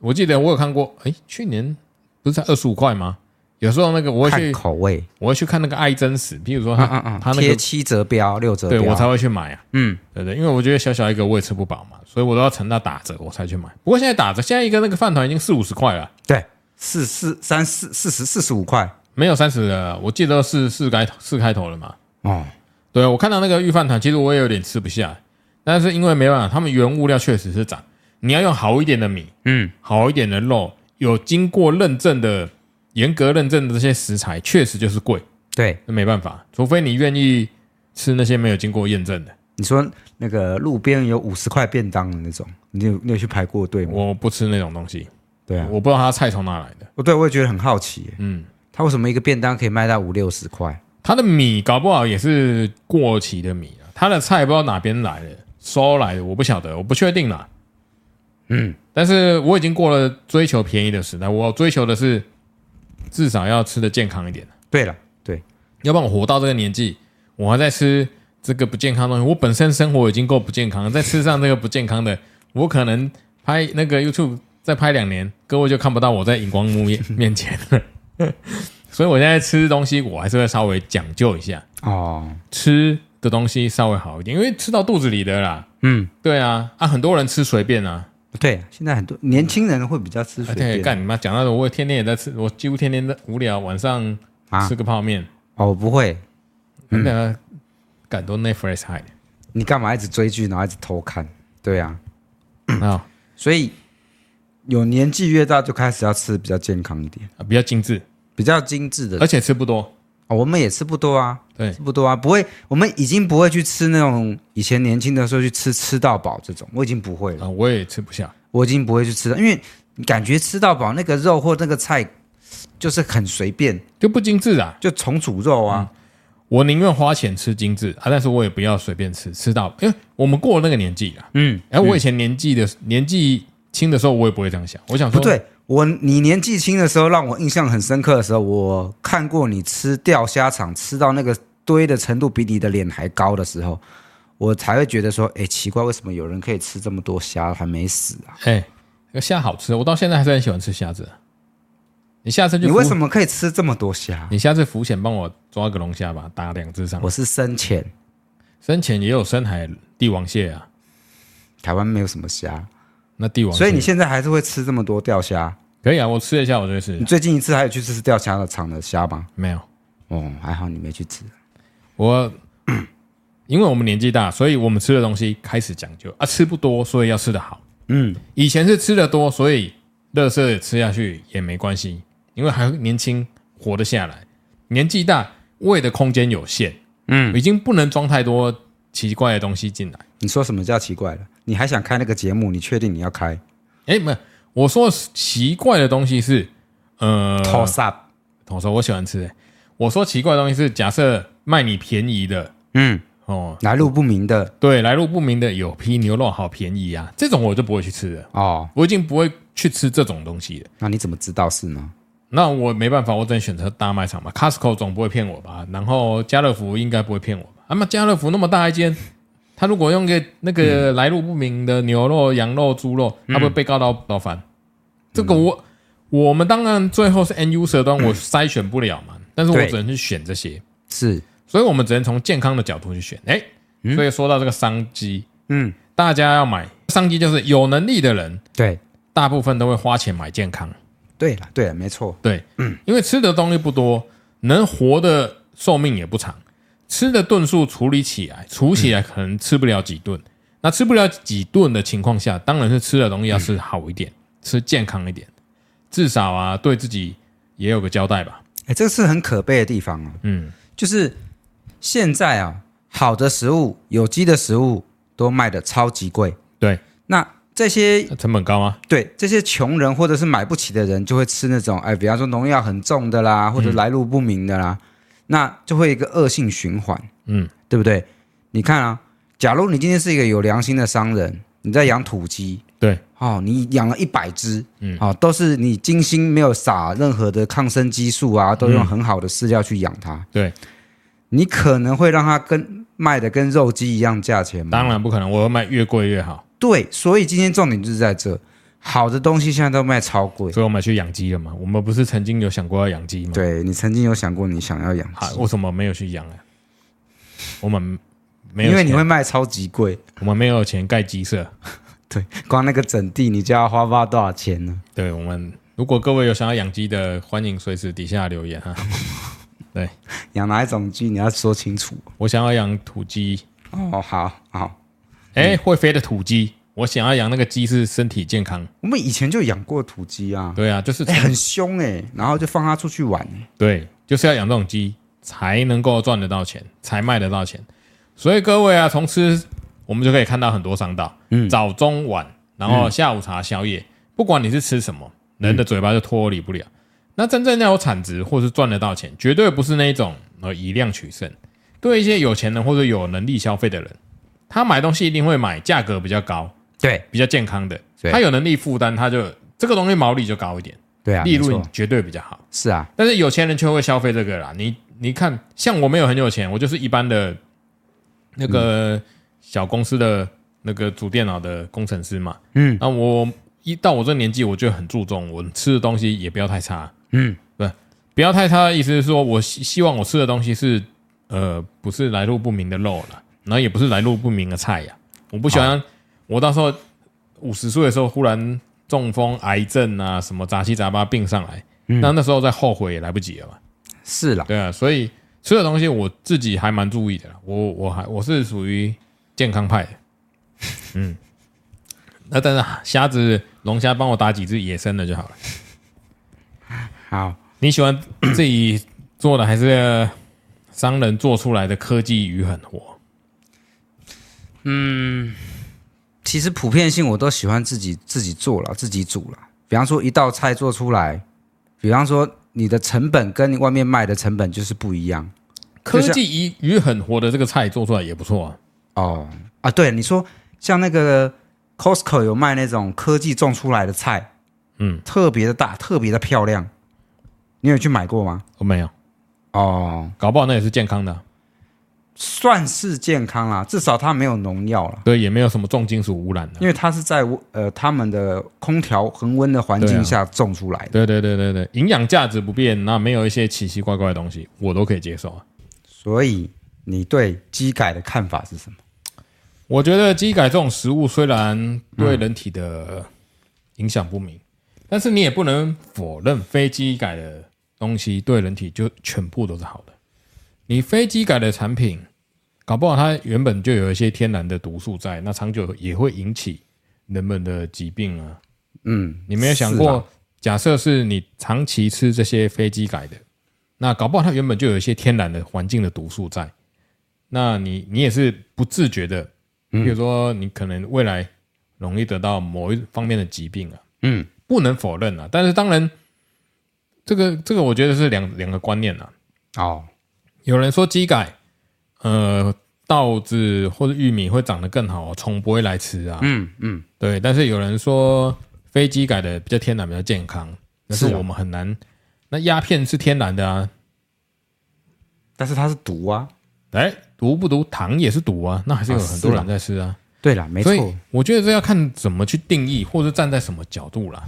Speaker 1: 我记得我有看过，哎，去年不是才二十五块吗？有时候那个我会
Speaker 2: 看
Speaker 1: 去，
Speaker 2: 口味，
Speaker 1: 我会去看那个爱真实，譬如说
Speaker 2: 嗯
Speaker 1: 他、
Speaker 2: 嗯嗯，
Speaker 1: 他那
Speaker 2: 贴
Speaker 1: 个，
Speaker 2: 七折标、六折标，
Speaker 1: 对我才会去买啊，
Speaker 2: 嗯，
Speaker 1: 对对，因为我觉得小小一个我也吃不饱嘛，所以我都要趁到打折我才去买。不过现在打折，现在一个那个饭团已经四五十块了，
Speaker 2: 对，四四三四四十四十五块
Speaker 1: 没有三十了，我记得是四开四开头了嘛。
Speaker 2: 哦，
Speaker 1: 对啊我看到那个御饭团，其实我也有点吃不下，但是因为没办法，他们原物料确实是涨，你要用好一点的米，
Speaker 2: 嗯，
Speaker 1: 好一点的肉，有经过认证的、严格认证的这些食材，确实就是贵，
Speaker 2: 对，
Speaker 1: 那没办法，除非你愿意吃那些没有经过验证的。
Speaker 2: 你说那个路边有五十块便当的那种，你有你有去排过队吗？
Speaker 1: 我不吃那种东西，
Speaker 2: 对啊，哦
Speaker 1: 我不知道它菜从哪来的。
Speaker 2: 我对我也觉得很好奇耶，
Speaker 1: 嗯，
Speaker 2: 他为什么一个便当可以卖到五六十块？
Speaker 1: 它的米搞不好也是过期的米啊，它的菜不知道哪边来的，收来的，我不晓得，我不确定啦。嗯，但是我已经过了追求便宜的时代，我追求的是至少要吃的健康一点。
Speaker 2: 对了，对，
Speaker 1: 要不然我活到这个年纪，我还在吃这个不健康的东西，我本身生活已经够不健康了，再吃上这个不健康的，我可能拍那个 YouTube 再拍两年，各位就看不到我在荧光幕面面前了。 所以我现在吃东西，我还是会稍微讲究一下，
Speaker 2: 哦，
Speaker 1: 吃的东西稍微好一点，因为吃到肚子里的啦。
Speaker 2: 嗯，
Speaker 1: 对啊，啊，很多人吃随便啊，
Speaker 2: 对，现在很多年轻人会比较吃
Speaker 1: 而
Speaker 2: 水
Speaker 1: 且
Speaker 2: 便
Speaker 1: 啊干你妈讲到的，我天天也在吃，我几乎天天在无聊，晚上
Speaker 2: 啊嗯
Speaker 1: 吃，个泡面，
Speaker 2: 哦，我不会，
Speaker 1: 那个感动 Netflix 害的
Speaker 2: 你干嘛一直追剧，然后一直偷看？对啊，
Speaker 1: 啊。
Speaker 2: 所以有年纪越大就开始要吃比较健康一点，
Speaker 1: 啊，比较精致，
Speaker 2: 比较精致的。
Speaker 1: 而且吃不多。
Speaker 2: 哦我们也吃不多啊，
Speaker 1: 对
Speaker 2: 吃不多啊，不会，我们已经不会去吃那种以前年轻的时候去吃吃到饱这种，我已经不会了，
Speaker 1: 啊，我也吃不下。
Speaker 2: 我已经不会去吃了，因为你感觉吃到饱那个肉或那个菜就是很随便，
Speaker 1: 就不精致啊！
Speaker 2: 就重煮肉啊，
Speaker 1: 我宁愿花钱吃精致啊，但是我也不要随便吃，吃到因为我们过了那个年纪了。
Speaker 2: 嗯，
Speaker 1: 哎、我以前年纪的、年纪轻的时候，我也不会这样想。我想
Speaker 2: 不
Speaker 1: 说，，
Speaker 2: 对。我你年纪轻的时候，让我印象很深刻的时候，我看过你吃钓虾场吃到那个堆的程度比你的脸还高的时候，我才会觉得说，哎，奇怪，为什么有人可以吃这么多虾还没死啊？
Speaker 1: 哎、那个虾好吃，我到现在还是很喜欢吃虾子。你下次就
Speaker 2: 你为
Speaker 1: 浮
Speaker 2: 什？么可以吃这么多虾？
Speaker 1: 你下次浮潜帮我抓个龙虾吧，打两只上来。
Speaker 2: 我是深潜，
Speaker 1: 深潜也有深海帝王蟹啊，
Speaker 2: 台湾没有什么虾，
Speaker 1: 那帝王蟹
Speaker 2: 所以你现在哦还是会吃这么多钓虾。
Speaker 1: 可以啊，我吃一下我就会吃
Speaker 2: 你。最近一次还有去吃钓虾的场的虾吗？
Speaker 1: 没有，
Speaker 2: 哦，还好你没去吃。
Speaker 1: 我因为我们年纪大，所以我们吃的东西开始讲究啊，吃不多，所以要吃得好。
Speaker 2: 嗯，
Speaker 1: 以前是吃的多，所以垃圾吃下去也没关系，因为还年轻，活得下来。年纪大，胃的空间有限，
Speaker 2: 嗯，
Speaker 1: 已经不能装太多奇怪的东西进来。
Speaker 2: 你说什么叫奇怪了？你还想开那个节目？你确定你要开？
Speaker 1: 哎，没有，我说的奇怪的东西是，呃，
Speaker 2: t o s up，
Speaker 1: 我说我喜欢吃、欸。我说奇怪的东西是，假设卖你便宜的
Speaker 2: 嗯，
Speaker 1: 哦，
Speaker 2: 来路不明的
Speaker 1: 对，来路不明的有批牛肉好便宜啊，这种我就不会去吃了，
Speaker 2: 哦，
Speaker 1: 我已经不会去吃这种东西了。
Speaker 2: 那你怎么知道是呢？
Speaker 1: 那我没办法，我只能选择大卖场嘛。Costco 总不会骗我吧？然后家乐福应该不会骗我吧？啊，那家乐福那么大一间，他如果用个那个来路不明的牛肉、羊肉、猪肉，他会被告到到翻。这个我我们当然最后是 N user 端，我筛选不了嘛，但是我
Speaker 2: 对
Speaker 1: 只能去选这些，
Speaker 2: 是，
Speaker 1: 所以我们只能从健康的角度去选。哎，所以说到这个商机，
Speaker 2: 嗯，
Speaker 1: 大家要买商机，就是有能力的人
Speaker 2: 对，
Speaker 1: 大部分都会花钱买健康。
Speaker 2: 对了，对了，没错，
Speaker 1: 对，嗯，因为吃的东西不多，能活的寿命也不长，吃的顿数处理起来，除起来可能吃不了几顿。那吃不了几顿的情况下，当然是吃的东西要吃好一点，吃健康一点，至少啊，对自己也有个交代吧。
Speaker 2: 哎，这是很可悲的地方哦。
Speaker 1: 嗯，
Speaker 2: 就是现在啊，好的食物、有机的食物都卖的超级贵。
Speaker 1: 对，
Speaker 2: 那这些
Speaker 1: 那成本高吗？
Speaker 2: 对这些穷人或者是买不起的人，就会吃那种哎，比方说农药很重的
Speaker 1: 嗯
Speaker 2: 啦，或者来路不明的啦，那就会有一个恶性循环，
Speaker 1: 嗯，
Speaker 2: 对不对？你看啊，假如你今天是一个有良心的商人，你在养土鸡，
Speaker 1: 对，
Speaker 2: 哦，你养了一百只，
Speaker 1: 嗯
Speaker 2: 哦，都是你精心没有撒任何的抗生激素啊，都用很好的饲料去养它，
Speaker 1: 嗯对，
Speaker 2: 你可能会让它跟卖的跟肉鸡一样价钱吗？
Speaker 1: 当然不可能，我要卖越贵越好，
Speaker 2: 对，所以今天重点就是在这，好的东西现在都卖超贵。
Speaker 1: 所以我们去养鸡了嘛。我们不是曾经有想过要养鸡吗？，
Speaker 2: 对你曾经有想过你想要养
Speaker 1: 好，
Speaker 2: 鸡，
Speaker 1: 为什么没有去养呢、啊我们没有，
Speaker 2: 因为你会，卖超级贵，
Speaker 1: 我们没有钱盖鸡舍。
Speaker 2: 对，光那个整地你就要花不知道多少钱呢？
Speaker 1: 对我们，如果各位有想要养鸡的，欢迎随时底下留言啊哈。
Speaker 2: 养哪一种鸡你要说清楚
Speaker 1: 我想要养土鸡，
Speaker 2: 哦。好好，
Speaker 1: 哎、会飞的土鸡。我想要养那个鸡是身体健康，
Speaker 2: 我们以前就养过土鸡啊，
Speaker 1: 对啊，就是、
Speaker 2: 哎、很凶哎、然后就放它出去玩、欸
Speaker 1: 对，就是要养这种鸡才能够赚得到钱，才卖得到钱。所以各位啊，从吃我们就可以看到很多商道，嗯，早中晚，然后下午茶、宵夜，不管你是吃什么，
Speaker 2: 嗯
Speaker 1: 人的嘴巴就脱离不了。那真正要有产值或是赚得到钱，绝对不是那一种呃以量取胜。对一些有钱人或者有能力消费的人，他买东西一定会买价格比较高、
Speaker 2: 对
Speaker 1: 比较健康的，
Speaker 2: 对
Speaker 1: 他有能力负担，他就这个东西毛利就高一点，
Speaker 2: 对啊，
Speaker 1: 利
Speaker 2: 没
Speaker 1: 润
Speaker 2: 错
Speaker 1: 绝对比较好。
Speaker 2: 是啊，
Speaker 1: 但是有钱人却会消费这个啦。你你看，像我没有很有钱，我就是一般的那个小公司的那个主电脑的工程师嘛。
Speaker 2: 嗯，
Speaker 1: 那我一到我这年纪，我就很注重我吃的东西也不要太差。
Speaker 2: 嗯，
Speaker 1: 对，不要太差的意思是说，我希希望我吃的东西是呃不是来路不明的肉了，然后也不是来路不明的菜呀、我不喜
Speaker 2: 啊
Speaker 1: 欢我到时候五十岁的时候忽然中风、癌症啊什么杂七杂八病上来。那那时候再后悔也来不及了嘛。
Speaker 2: 是啦，
Speaker 1: 对啊，所以吃的东西我自己还蛮注意的啦。我我还我是属于健康 派的，嗯。那但是虾子龙虾帮我打几只野生的就好了。
Speaker 2: 好，
Speaker 1: 你喜欢自己做的还是商人做出来的科技鱼很活？
Speaker 2: 其实普遍性我都喜欢自己自己做了，自己煮了。比方说一道菜做出来，比方说你的成本跟你外面卖的成本就是不一样
Speaker 1: 科
Speaker 2: 就像
Speaker 1: 技鱼鱼很活的这个菜做出来也不错啊。
Speaker 2: 哦。啊，对，你说像那个 Costco 有卖那种科技种出来的菜，
Speaker 1: 嗯，
Speaker 2: 特别的大，特别的漂亮，你有去买过吗？
Speaker 1: 我没有，
Speaker 2: 哦，
Speaker 1: 搞不好那也是健康的啊、
Speaker 2: 算是健康啦，至少它没有农药啦，
Speaker 1: 对，也没有什么重金属污染的、啊
Speaker 2: 因为它是在呃他们的空调恒温的环境下种出来的，
Speaker 1: 对对对对对，营养价值不变，那没有一些奇奇怪怪的东西，我都可以接受啊。
Speaker 2: 所以你对机改的看法是什么？
Speaker 1: 我觉得基改这种食物虽然对人体的影响不明，但是你也不能否认非基改的东西对人体就全部都是好的。你非基改的产品，搞不好它原本就有一些天然的毒素在，那长久也会引起人们的疾病啊。
Speaker 2: 嗯，
Speaker 1: 你没有想
Speaker 2: 是
Speaker 1: 过
Speaker 2: 啊，
Speaker 1: 假设是你长期吃这些非基改的，那搞不好它原本就有一些天然的环境的毒素在，那你你也是不自觉的，比如说你可能未来容易得到某一方面的疾病啊，
Speaker 2: 嗯，
Speaker 1: 不能否认啊。但是当然，这个这个我觉得是两两个观念啊。
Speaker 2: 哦，
Speaker 1: 有人说机改，呃，稻子或者玉米会长得更好，虫不会来吃啊。
Speaker 2: 嗯嗯，
Speaker 1: 对，但是有人说飞机改的比较天然，比较健康，但是
Speaker 2: 是啊
Speaker 1: 我们很难。那鸦片是天然的啊，
Speaker 2: 但是它是毒啊。
Speaker 1: 哎，毒不毒？糖也是毒啊，那还是有
Speaker 2: 啊
Speaker 1: 很多
Speaker 2: 是啊
Speaker 1: 人在吃啊。
Speaker 2: 对了，没
Speaker 1: 所
Speaker 2: 错，
Speaker 1: 以我觉得这要看怎么去定义，或者站在什么角度啦。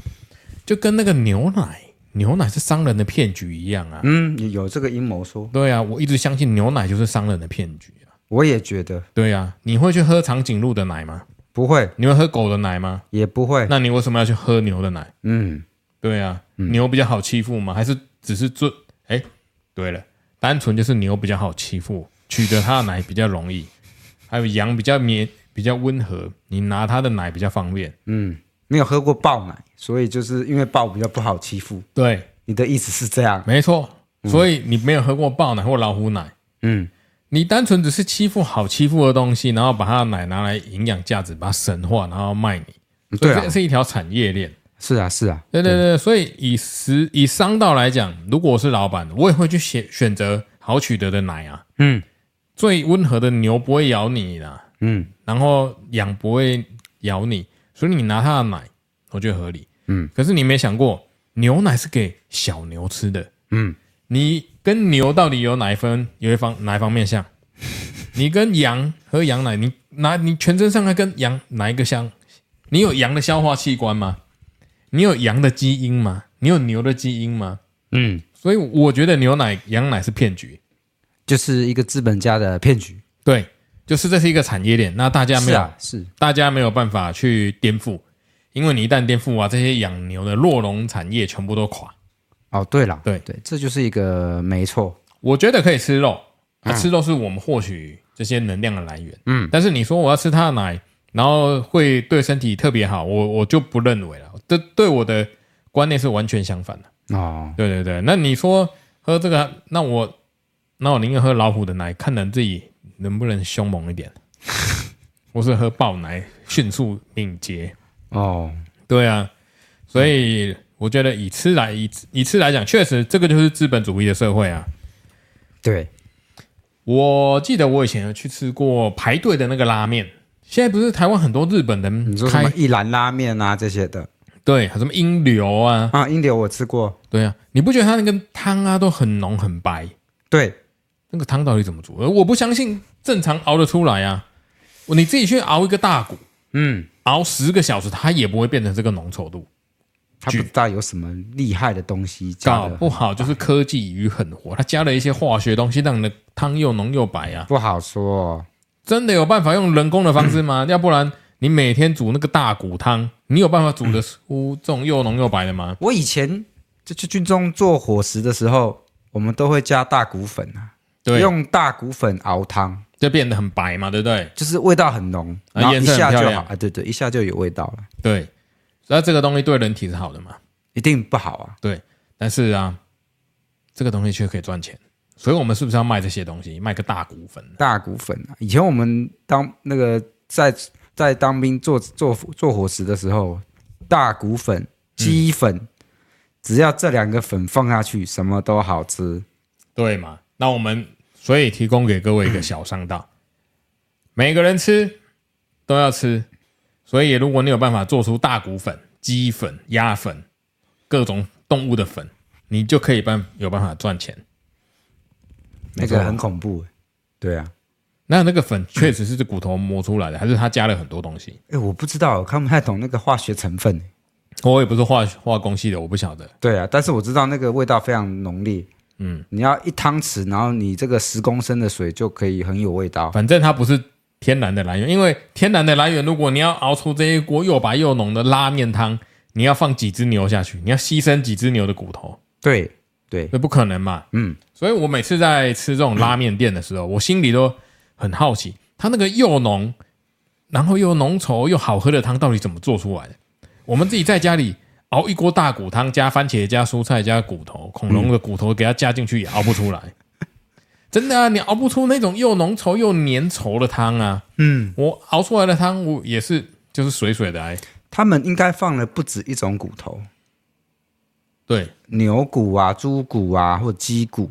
Speaker 1: 就跟那个牛奶，牛奶是商人的骗局一样啊。
Speaker 2: 嗯，有有这个阴谋说，
Speaker 1: 对啊，我一直相信牛奶就是商人的骗局啊。
Speaker 2: 我也觉得
Speaker 1: 对啊，你会去喝长颈鹿的奶吗？
Speaker 2: 不会，
Speaker 1: 你会喝狗的奶吗？
Speaker 2: 也不会。
Speaker 1: 那你为什么要去喝牛的奶？
Speaker 2: 嗯，
Speaker 1: 对啊，牛比较好欺负吗？还是只是做？哎、对了，单纯就是牛比较好欺负，取得它的奶比较容易，还有羊比较绵，比较温和，你拿它的奶比较方便。
Speaker 2: 没有喝过豹奶，所以就是因为豹比较不好欺负。
Speaker 1: 对，
Speaker 2: 你的意思是这样？
Speaker 1: 没错。所以你没有喝过豹奶或老虎奶，
Speaker 2: 嗯，
Speaker 1: 你单纯只是欺负好欺负的东西，然后把它的奶拿来营养价值，把它神化，然后卖你。所
Speaker 2: 对
Speaker 1: 以
Speaker 2: 啊
Speaker 1: 这，是一条产业链。
Speaker 2: 是啊，是啊，
Speaker 1: 对对对，所以以食以商道来讲，如果我是老板，我也会去选选择好取得的奶啊。
Speaker 2: 嗯
Speaker 1: 最温和的牛不会咬你啦，
Speaker 2: 嗯，
Speaker 1: 然后羊不会咬你，所以你拿它的奶，我觉得合理。
Speaker 2: 嗯，
Speaker 1: 可是你没想过，牛奶是给小牛吃的。
Speaker 2: 嗯，
Speaker 1: 你跟牛到底有哪一分有一方哪一方面 像？你跟羊喝羊奶，你拿你全身上下跟羊哪一个像？你有羊的消化器官吗？你有羊的基因吗？你有牛的基因吗？
Speaker 2: 嗯，
Speaker 1: 所以我觉得牛奶、羊奶是骗局。
Speaker 2: 就是一个资本家的骗局。
Speaker 1: 对，就是这是一个产业链，那大家没
Speaker 2: 是
Speaker 1: 有、
Speaker 2: 啊，是
Speaker 1: 大家没有办法去颠覆，因为你一旦颠覆啊，这些养牛的落农产业全部都垮。
Speaker 2: 哦，对了，
Speaker 1: 对
Speaker 2: 对，这就是一个没错。
Speaker 1: 我觉得可以吃肉，啊、吃肉是我们获取这些能量的来源。
Speaker 2: 嗯，
Speaker 1: 但是你说我要吃它的奶，然后会对身体特别好，我我就不认为了，这对我的观念是完全相反的。
Speaker 2: 哦，
Speaker 1: 对对对，那你说喝这个，那我那我宁愿喝老虎的奶，看能自己能不能凶猛一 点。我是喝豹奶，迅速敏捷。
Speaker 2: 哦，
Speaker 1: 对啊，所以我觉得以吃来以以吃来讲，确实这个就是资本主义的社会啊。
Speaker 2: 对，
Speaker 1: 我记得我以前有去吃过排队的那个拉面，现在不是台湾很多日本人
Speaker 2: 你说什
Speaker 1: 开
Speaker 2: 么一兰拉面啊这些的
Speaker 1: 对，什么英流啊，
Speaker 2: 啊，英流我吃过，
Speaker 1: 对啊，你不觉得它那个汤啊都很浓很白？
Speaker 2: 对，
Speaker 1: 那个汤到底怎么煮？呃我不相信正常熬得出来啊！你自己去熬一个大骨，
Speaker 2: 嗯，
Speaker 1: 熬十个小时，它也不会变成这个浓稠度。
Speaker 2: 他不知道有什么厉害的东西加
Speaker 1: 搞
Speaker 2: 的，
Speaker 1: 不好就是科技与狠活，它加了一些化学东西，让你的汤又浓又白啊！
Speaker 2: 不好说、
Speaker 1: 真的有办法用人工的方式
Speaker 2: 嗯
Speaker 1: 吗？要不然你每天煮那个大骨汤，你有办法煮得出这种又浓又白的吗？
Speaker 2: 我以前就去军中做伙食的时候，我们都会加大骨粉啊，
Speaker 1: 对，
Speaker 2: 用大骨粉熬汤，
Speaker 1: 就变得很白嘛，对不对？
Speaker 2: 就是味道很浓，
Speaker 1: 啊
Speaker 2: 然后
Speaker 1: 颜
Speaker 2: 一
Speaker 1: 色很
Speaker 2: 下
Speaker 1: 漂
Speaker 2: 就
Speaker 1: 亮
Speaker 2: 好啊，对对，一下就有味道了，
Speaker 1: 对，那这个东西对人体是好的嘛？
Speaker 2: 一定不好啊。
Speaker 1: 对，但是啊，这个东西却可以赚钱，所以我们是不是要卖这些东西，卖个大股份？
Speaker 2: 大骨粉啊，以前我们当那个在在当兵做做做伙食的时候，大骨
Speaker 1: 嗯
Speaker 2: 粉、鸡粉，只要这两个粉放下去，什么都好吃。
Speaker 1: 对嘛？那我们所以提供给各位一个小商道，嗯每个人吃都要吃，所以如果你有办法做出大骨粉、鸡粉、鸭粉各种动物的粉，你就可以办有办法赚钱。
Speaker 2: 那
Speaker 1: 错啊
Speaker 2: 个很恐怖欸、对啊，
Speaker 1: 那那个粉确实是骨头磨出来的，还是它加了很多东西？
Speaker 2: 哎，我不知道，我看不太懂那个化学成分欸、
Speaker 1: 我也不是化化工系的，我不晓得。
Speaker 2: 对啊，但是我知道那个味道非常浓烈。嗯，你要一汤匙，然后你这个十公升的水就可以很有味道。
Speaker 1: 反正它不是天然的来源，因为天然的来源，如果你要熬出这一锅又白又浓的拉面汤，你要放几只牛下去，你要牺牲几只牛的骨头，
Speaker 2: 对对，
Speaker 1: 这不可能嘛。
Speaker 2: 嗯，
Speaker 1: 所以我每次在吃这种拉面店的时候，我心里都很好奇，它那个又浓，然后又浓稠又好喝的汤到底怎么做出来的？我们自己在家里熬一锅大骨汤，加番茄、加蔬菜、加骨头，恐龙的骨头给它加进去也熬不出来。真的啊，你熬不出那种又浓稠又粘稠的汤啊！
Speaker 2: 嗯，
Speaker 1: 我熬出来的汤，我也是就是水水的哎。
Speaker 2: 他们应该放了不止一种骨头，
Speaker 1: 对，
Speaker 2: 牛骨啊、猪骨啊或鸡骨，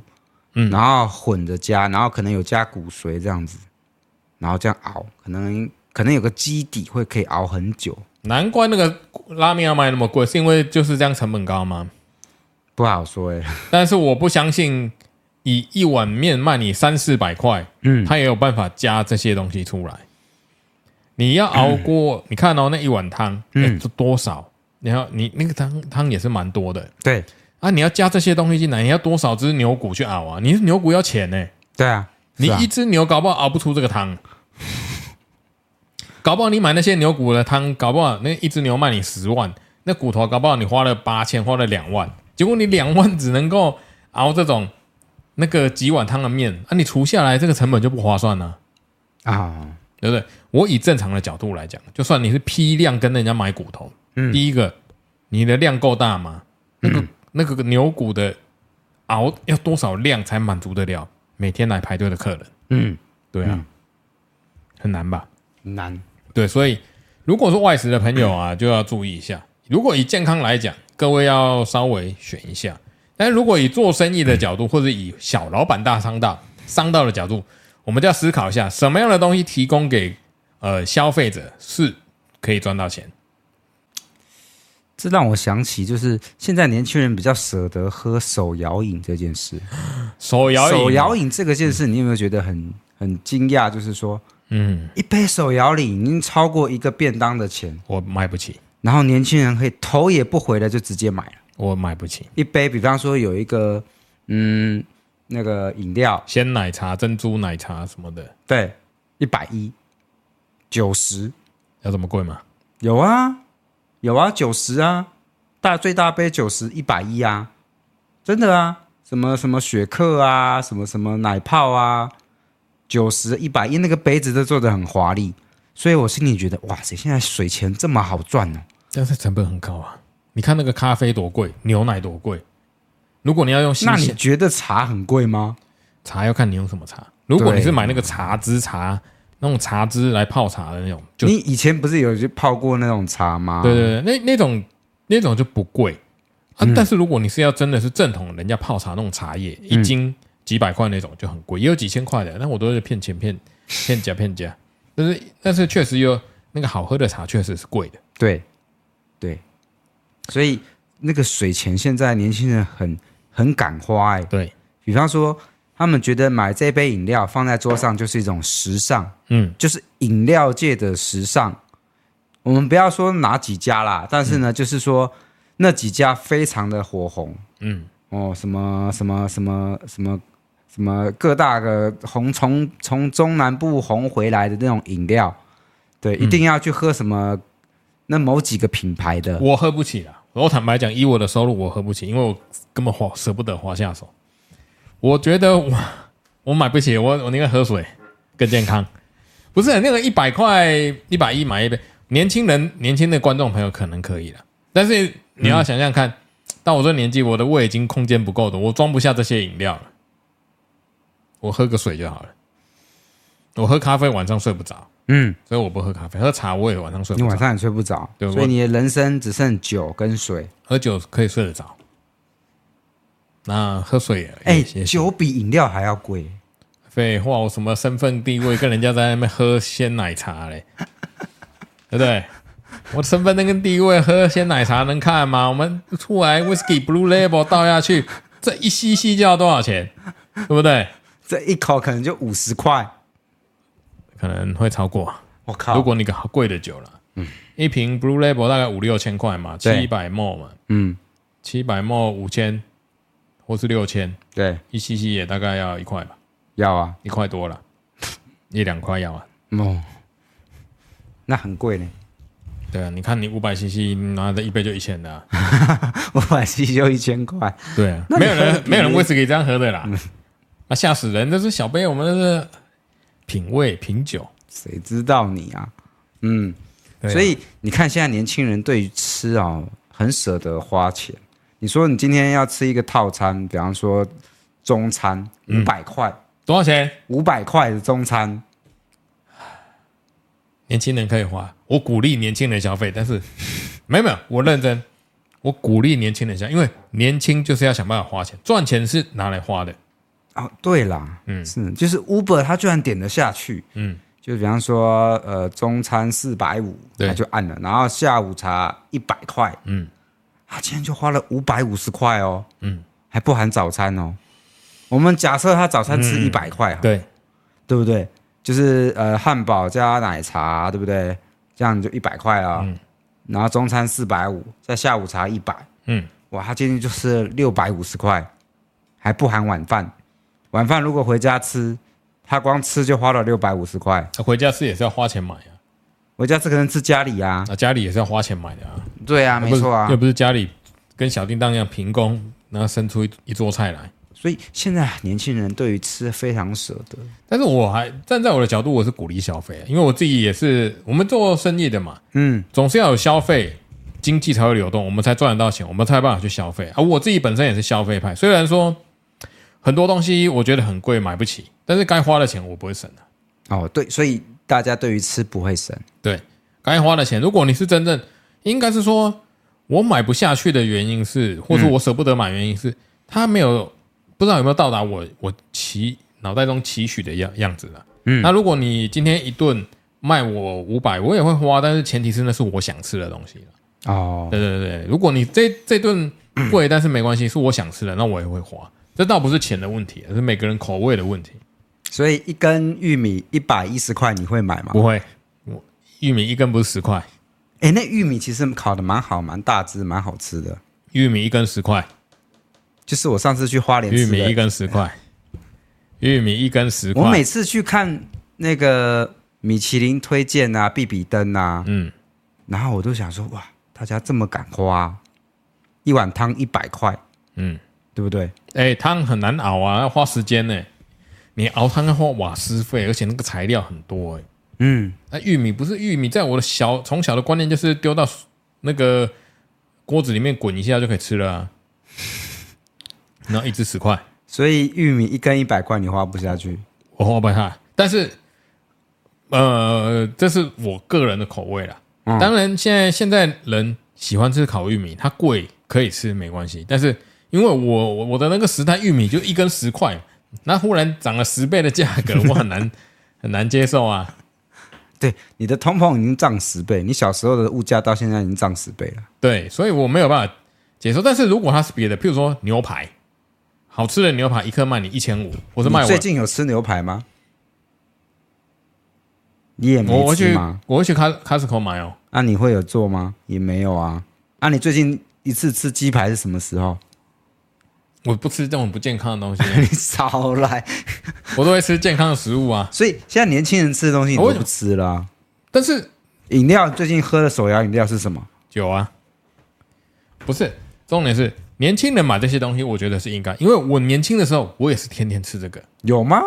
Speaker 1: 嗯
Speaker 2: 然后混着加，然后可能有加骨髓这样子，然后这样熬，可能可能有个基底会可以熬很久，
Speaker 1: 难怪那个拉面要卖那么贵，是因为就是这样成本高吗？
Speaker 2: 不好说哎、
Speaker 1: 但是我不相信，以一碗面卖你三四百块，
Speaker 2: 嗯，
Speaker 1: 他也有办法加这些东西出来。你要熬锅，你看哦，那一碗汤，嗯，多少？你要你那个汤汤也是蛮多的
Speaker 2: 对
Speaker 1: 啊，你要加这些东西进来，你要多少只牛骨去熬啊？你是牛骨要钱呢、
Speaker 2: 对啊，
Speaker 1: 你
Speaker 2: 是啊
Speaker 1: 一只牛搞不好熬不出这个汤， 搞不好你买那些牛骨的汤，搞不好那一只牛卖你十万，那骨头搞不好你花了八千，花了两万，结果你两万只能够熬这种那个几碗汤的面，啊，你除下来这个成本就不划算了、
Speaker 2: 啊，
Speaker 1: 对不对？我以正常的角度来讲，就算你是批量跟人家买骨头，
Speaker 2: 嗯
Speaker 1: 第一个你的量够大吗？那个、那个牛骨的熬要多少量才满足得了每天来排队的客人？
Speaker 2: 嗯，
Speaker 1: 对啊，很难吧？
Speaker 2: 难，
Speaker 1: 对，所以如果是外食的朋友 啊，就要注意一下。如果以健康来讲，各位要稍微选一下。但是如果以做生意的角度，或者以小老板大商道商道的角度，我们就要思考一下，什么样的东西提供给呃消费者是可以赚到钱。
Speaker 2: 这让我想起就是现在年轻人比较舍得喝手摇饮这件事。
Speaker 1: 手摇饮，啊
Speaker 2: 手摇，饮这个件事，你有没有觉得很很惊讶？就是说，
Speaker 1: 嗯，
Speaker 2: 一杯手摇饮已经超过一个便当的钱，
Speaker 1: 我买不起，
Speaker 2: 然后年轻人可以头也不回的就直接买了
Speaker 1: 我买不起。
Speaker 2: 一杯。比方说有一个嗯那个饮料，
Speaker 1: 鲜奶茶、珍珠奶茶什么的，
Speaker 2: 对，一百一九十
Speaker 1: 要这么贵吗？
Speaker 2: 有啊有啊九十啊，大最大杯九十一百一啊，真的啊，什么什么雪克啊，什么什么奶泡啊，九十一百一那个杯子都做的很华丽，所以我心里觉得哇塞，现在水钱这么好赚呢、哦
Speaker 1: 但是成本很高啊！你看那个咖啡多贵，牛奶多贵。如果你要用新
Speaker 2: 那你
Speaker 1: 鲜
Speaker 2: 觉得茶很贵吗？
Speaker 1: 茶，要看你用什么茶。如果
Speaker 2: 对
Speaker 1: 你是买那个茶汁茶，那种茶汁来泡茶的那种，就
Speaker 2: 你以前不是有去泡过那种茶吗？
Speaker 1: 对对对，那那种那种就不贵啊。但是如果你是要真的是正统人家泡茶那种茶叶，一斤几百块那种就很贵，也有几千块的，那我都是骗钱骗骗假骗假。但是但是确实有那个好喝的茶，确实是贵的。
Speaker 2: 对对，所以那个水钱现在年轻人很很敢花哎、
Speaker 1: 对，
Speaker 2: 比方说，他们觉得买这杯饮料放在桌上就是一种时尚，
Speaker 1: 嗯，
Speaker 2: 就是饮料界的时尚。我们不要说哪几家啦，但是呢，就是说那几家非常的火红，
Speaker 1: 嗯，
Speaker 2: 哦，什么什么什么什么什么各大个红从从中南部红回来的那种饮料，对，
Speaker 1: 嗯
Speaker 2: 一定要去喝什么那某几个品牌的，
Speaker 1: 我喝不起啦。我坦白讲，以我的收入，我喝不起，因为我根本花舍不得花下手。我觉得我我买不起，我我宁愿喝水更健康。不是那个一百块一百一买一杯，年轻人年轻的观众朋友可能可以了，但是你要想想看，到我这年纪，我的胃已经空间不够的，我装不下这些饮料了。我喝个水就好了。我喝咖啡晚上睡不着，
Speaker 2: 嗯，
Speaker 1: 所以我不喝咖啡，喝茶我也晚上睡
Speaker 2: 你
Speaker 1: 不
Speaker 2: 晚
Speaker 1: 着，
Speaker 2: 上也睡不着，
Speaker 1: 对
Speaker 2: 所
Speaker 1: 我
Speaker 2: 以你的人生只剩酒跟水。
Speaker 1: 喝酒可以睡得着。那喝水也，
Speaker 2: 哎、
Speaker 1: 也也
Speaker 2: 酒比饮料还要贵，
Speaker 1: 废话，我什么身份地位跟人家在那边喝鲜奶茶嘞， 对不对？我身份证跟地位喝鲜奶茶能看吗？我们出来 whisky blue label 倒下去，这一吸吸就要多少钱，对不对？
Speaker 2: 这一口可能就五十块。
Speaker 1: 可能会超过，
Speaker 2: 我靠！
Speaker 1: 如果你个贵的酒了，一瓶 blue label 大概五六千块嘛，
Speaker 2: 嗯对
Speaker 1: 七百 m 嘛，
Speaker 2: 嗯，
Speaker 1: 七百 m 五千或是六千，
Speaker 2: 对，
Speaker 1: 一吸吸也大概要一块吧，
Speaker 2: 要啊，
Speaker 1: 一块多了， 一两块要啊。
Speaker 2: 哦，那很贵呢，
Speaker 1: 对啊，你看你五百 CC 拿着一杯就一千的 啊、
Speaker 2: 我买啤酒一千块，
Speaker 1: 对啊，
Speaker 2: 那你
Speaker 1: 没有
Speaker 2: 喝得
Speaker 1: 人
Speaker 2: 比
Speaker 1: 没有人威士忌这样喝 的啦，啊吓死人！那是小杯，我们那是品味品酒，
Speaker 2: 谁知道你啊？嗯，
Speaker 1: 对啊
Speaker 2: 所以你看现在年轻人对于吃哦很舍得花钱。你说你今天要吃一个套餐，比方说中餐
Speaker 1: 嗯
Speaker 2: 五百块，
Speaker 1: 多少钱？
Speaker 2: 五百块的中餐，
Speaker 1: 年轻人可以花，我鼓励年轻人消费，但 是没有没有，我认真，我鼓励年轻人消费，因为年轻就是要想办法花钱，赚钱是拿来花的。
Speaker 2: 哦，对啦，嗯，是，就是 Uber 他居然点得下去，
Speaker 1: 嗯
Speaker 2: 嗯，就比方说，呃，中餐四百五，
Speaker 1: 对
Speaker 2: 他就按了，然后下午茶一百块，
Speaker 1: 嗯
Speaker 2: 嗯，他竟然就花了五百五十块哦，
Speaker 1: 嗯
Speaker 2: 嗯，还不含早餐哦。我们假设他早餐吃一百块，对
Speaker 1: 对，
Speaker 2: 对不对？就是呃，汉堡加奶茶，对不对？这样你就一百块啊，然后中餐四百五，再下午茶一百，
Speaker 1: 嗯，
Speaker 2: 哇，他今天就是六百五十块，还不含晚饭。晚饭如果回家吃，他光吃就花了六百五十块。
Speaker 1: 啊回家吃也是要花钱买啊，
Speaker 2: 回家吃可能吃家里啊，
Speaker 1: 啊，家里也是要花钱买的啊，
Speaker 2: 对啊，
Speaker 1: 又
Speaker 2: 没
Speaker 1: 不是
Speaker 2: 错啊
Speaker 1: 又。不是家里跟小叮当一样凭空，然后生出一一桌菜来。
Speaker 2: 所以现在年轻人对于吃非常舍得，
Speaker 1: 但是我还站在我的角度，我是鼓励消费，啊因为我自己也是我们做生意的嘛，
Speaker 2: 嗯，
Speaker 1: 总是要有消费，经济才会流动，我们才赚得到钱，我们才有办法去消费。啊而、我自己本身也是消费派，虽然说很多东西我觉得很贵，买不起，但是该花的钱我不会省啊的、
Speaker 2: 哦，对，所以大家对于吃不会省，
Speaker 1: 对，该花的钱，如果你是真正，应该是说我买不下去的原因是，或者我舍不得买的原因是，它没有不知道有没有到达我我期脑袋中期许的样样子了。嗯，那如果你今天一顿卖我五百，我也会花，但是前提是那是我想吃的东西啦
Speaker 2: 哦，
Speaker 1: 对对对，对如果你这这 顿贵，但是没关系，是我想吃的，那我也会花。这倒不是钱的问题，而是每个人口味的问题。
Speaker 2: 所以一根玉米一百一十块，你会买吗？
Speaker 1: 不会，我玉米一根不是十块，
Speaker 2: 哎、那玉米其实烤的蛮好，蛮大只，蛮好吃的。
Speaker 1: 玉米一根十块，
Speaker 2: 就是我上次去花莲
Speaker 1: 玉
Speaker 2: 吃的，
Speaker 1: 米一根十块，玉米一根十
Speaker 2: 我每
Speaker 1: 块。
Speaker 2: 次去看那个米其林推荐啊、必比登啊，
Speaker 1: 嗯，
Speaker 2: 然后我都想说，哇，大家这么敢花，一碗汤一百块，
Speaker 1: 嗯，
Speaker 2: 对不对？
Speaker 1: 哎，汤很难熬啊，要花时间呢、你熬汤要花瓦斯费，而且那个材料很多哎、
Speaker 2: 嗯，
Speaker 1: 那玉米不是玉米，在我的小从小的观念就是丢到那个锅子里面滚一下就可以吃了啊。然后一只十块，
Speaker 2: 所以玉米一根一百块，你花不下去。
Speaker 1: 我花不下，但是呃，这是我个人的口味啦。
Speaker 2: 嗯
Speaker 1: 当然，现在现在人喜欢吃烤玉米，它贵可以吃没关系，但是因为我我我的那个时代玉米就一根十块，那忽然涨了十倍的价格，我很 难很难接受啊。
Speaker 2: 对，你的通膨已经涨十倍，你小时候的物价到现在已经涨十倍了。
Speaker 1: 对，所以我没有办法接受。但是如果它是别的，譬如说牛排，好吃的牛排一克卖你一千五，我是卖
Speaker 2: 你最
Speaker 1: 我
Speaker 2: 近有吃牛排吗？你也
Speaker 1: 我
Speaker 2: 没
Speaker 1: 会
Speaker 2: 吃
Speaker 1: 去
Speaker 2: 吗？
Speaker 1: 我会去 Cos- Costco 买哦，
Speaker 2: 那、你会有做吗？也没有啊。那、你最近一次吃鸡排是什么时候？
Speaker 1: 我不吃这种不健康的东西，
Speaker 2: 你少来！
Speaker 1: 我都会吃健康的食物啊。
Speaker 2: 所以现在年轻人吃的东西你
Speaker 1: 我
Speaker 2: 都不吃了啊、
Speaker 1: 但是
Speaker 2: 饮料最近喝的手摇饮料是什么？
Speaker 1: 酒啊，不是重点是年轻人买这些东西，我觉得是应该，因为我年轻的时候我也是天天吃这个，
Speaker 2: 有吗？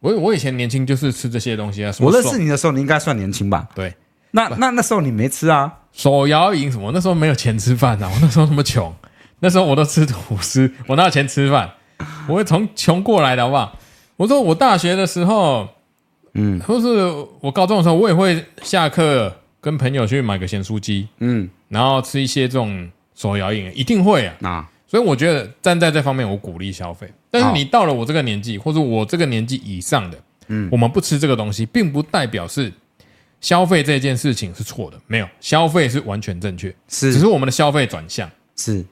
Speaker 1: 我我以前年轻就是吃这些东西啊，什么
Speaker 2: 我认
Speaker 1: 手
Speaker 2: 识你的时候，你应该算年轻吧？
Speaker 1: 对
Speaker 2: 那那那时候你没吃啊？
Speaker 1: 手摇饮什么，那时候没有钱吃饭啊，我 那时候那么穷，那时候我都吃吐司，我哪有钱吃饭？我会从穷过来的好不好？我说我大学的时候，
Speaker 2: 嗯，
Speaker 1: 或是我高中的时候，我也会下课跟朋友去买个咸酥鸡，
Speaker 2: 嗯，
Speaker 1: 然后吃一些这种手摇饮，一定会啊。
Speaker 2: 啊，
Speaker 1: 所以我觉得站在这方面，我鼓励消费。但是你到了我这个年纪，或者我这个年纪以上的，嗯，我们不吃这个东西，并不代表是消费这件事情是错的，没有，消费是完全正确，只
Speaker 2: 是
Speaker 1: 是我们的消费转向。
Speaker 2: 是，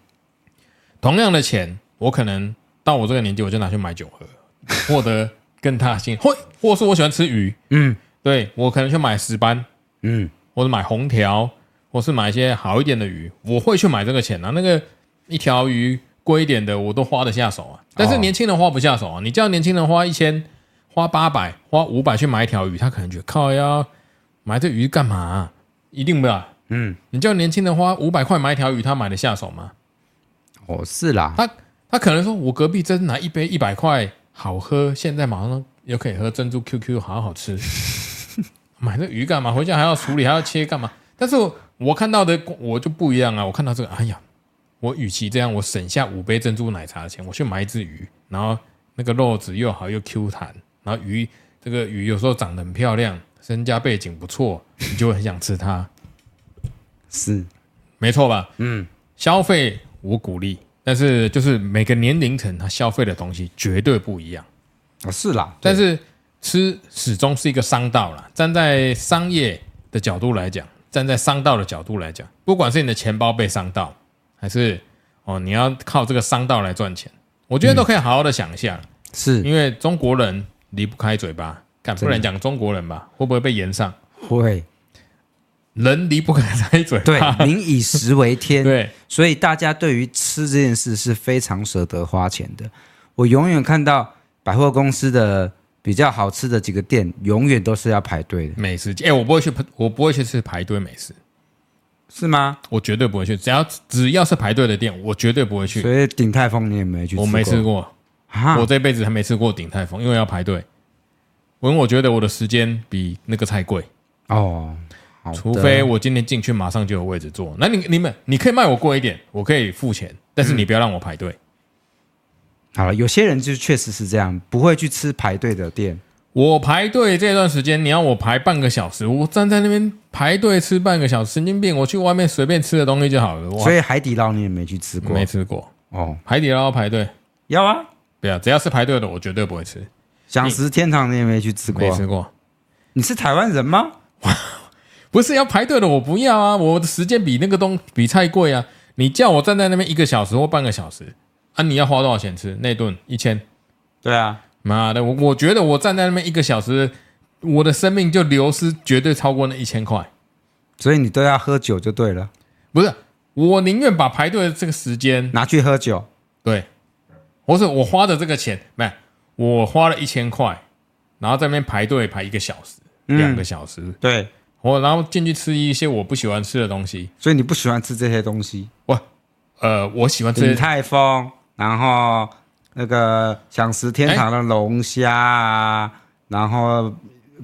Speaker 1: 同样的钱，我可能到我这个年纪，我就拿去买酒喝，获得更大的幸 福，或或是我喜欢吃鱼，
Speaker 2: 嗯
Speaker 1: 对我可能去买石斑，
Speaker 2: 嗯，
Speaker 1: 或者买红条，或是买一些好一点的鱼，我会去买这个钱啊。那个一条鱼贵一点的，我都花得下手啊。但是
Speaker 2: 哦
Speaker 1: 年轻人花不下手啊。你叫年轻人花一千、花八百、花五百去买一条鱼，他可能觉得靠呀，买这鱼干嘛啊、一定不要。
Speaker 2: 嗯，
Speaker 1: 你叫年轻人花五百块买一条鱼，他买得下手吗？
Speaker 2: 哦是啦，
Speaker 1: 他他可能说，我隔壁真拿一杯一百块，好喝，现在马上又 可以喝珍珠 QQ，好好吃。买这鱼干嘛？回家还要处理，还要切干嘛？但是我看到的我就不一样啊，我看到这个，哎呀，我与其这样，我省下五杯珍珠奶茶的钱，我去买一只鱼，然后那个肉质又好又 Q 弹，然后鱼这个鱼有时候长得很漂亮，身家背景不错，你就会很想吃它，
Speaker 2: 是，
Speaker 1: 没错吧？
Speaker 2: 嗯，
Speaker 1: 消费我鼓励，但是就是每个年龄层他消费的东西绝对不一样。
Speaker 2: 哦是啦，
Speaker 1: 但是吃始终是一个商道啦。站在商业的角度来讲，站在商道的角度来讲，不管是你的钱包被伤到，还是哦你要靠这个商道来赚钱，我觉得都可以好好的想一下，
Speaker 2: 是
Speaker 1: 因为中国人离不开嘴巴，敢不能讲中国人吧，会不会被延上？
Speaker 2: 会，
Speaker 1: 人离不开嘴
Speaker 2: 对
Speaker 1: 巴，，
Speaker 2: 民以食为天，
Speaker 1: 对，
Speaker 2: 所以大家对于吃这件事是非常舍得花钱的。我永远看到百货公司的比较好吃的几个店，永远都是要排队的，
Speaker 1: 美食街，哎、我不会去，我不会去吃排队美食。
Speaker 2: 是吗？
Speaker 1: 我绝对不会去，只要只要是排队的店，我绝对不会去。
Speaker 2: 所以鼎泰丰你也没去过，
Speaker 1: 我没吃过，
Speaker 2: 啊
Speaker 1: 我，这辈子还没吃过鼎泰丰，因为要排队。因为我觉得我的时间比那个菜贵，
Speaker 2: 哦，好的
Speaker 1: 除非我今天进去马上就有位置坐。那你你们你可以卖我贵一点，我可以付钱，但
Speaker 2: 嗯
Speaker 1: 是你不要让我排队。
Speaker 2: 好了，有些人就确实是这样，不会去吃排队的店，
Speaker 1: 我排队这段时间，你要我排半个小时，我站在那边排队吃半个小时，神经病！我去外面随便吃的东西就好了。我
Speaker 2: 所以海底捞你也没去吃过
Speaker 1: 没吃过
Speaker 2: 哦。
Speaker 1: 海底捞排队，
Speaker 2: 要啊，
Speaker 1: 不要，只要是排队的，我绝对不会吃，
Speaker 2: 享食天堂你也没去吃过
Speaker 1: 没，吃过。
Speaker 2: 你是台湾人吗？
Speaker 1: 不是要排队的，我不要啊！我的时间比那个东比菜贵啊！你叫我站在那边一个小时或半个小时啊，你要花多少钱吃那顿一千？
Speaker 2: 对啊，
Speaker 1: 妈的，我我觉得我站在那边一个小时，我的生命就流失绝对超过那一千块。
Speaker 2: 所以你都要喝酒就对了，
Speaker 1: 不是，我宁愿把排队的这个时间，
Speaker 2: 拿去喝酒。
Speaker 1: 对，或是我花的这个钱，没有，我花了一千块，然后在那边排队排一个小时、
Speaker 2: 嗯
Speaker 1: 两个小时，
Speaker 2: 对，
Speaker 1: 我然后进去吃一些我不喜欢吃的东西。
Speaker 2: 所以你不喜欢吃这些东西，
Speaker 1: 呃，我喜欢
Speaker 2: 鼎
Speaker 1: 吃
Speaker 2: 泰丰，然后那个享食天堂的龙虾啊，然后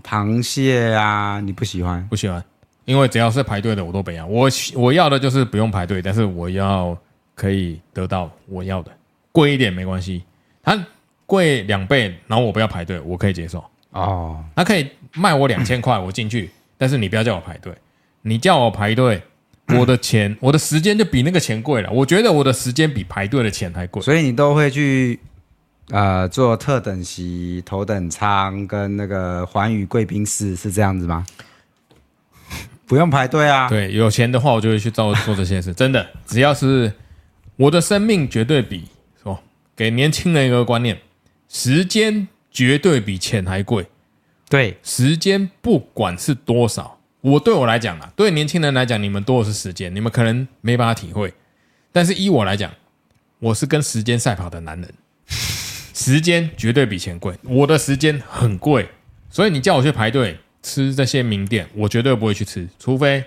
Speaker 2: 螃蟹啊，你不喜欢？
Speaker 1: 不喜欢，因为只要是排队的我都不要。我喜我要的就是不用排队，但是我要可以得到我要的，贵一点没关系，它贵两倍，然后我不要排队，我可以接受。
Speaker 2: 哦，
Speaker 1: 它可以卖我两千块，我进去，但是你不要叫我排队，你叫我排队，我的钱，我的时间就比那个钱贵了。我觉得我的时间比排队的钱还贵。
Speaker 2: 所以你都会去呃做特等席、头等舱跟那个环宇贵宾室，是这样子吗？不用排队啊，
Speaker 1: 对，有钱的话我就会去做做这些事，真的，只要是我的生命绝对比哦，给年轻人一个观念，时间绝对比钱还贵，
Speaker 2: 对
Speaker 1: 时间不管是多少，我对我来讲啊，对年轻人来讲，你们多的是时间，你们可能没办法体会，但是依我来讲，我是跟时间赛跑的男人， 时间绝对比钱贵，我的时间很贵，所以你叫我去排队吃这些名店，我绝对不会去吃，除非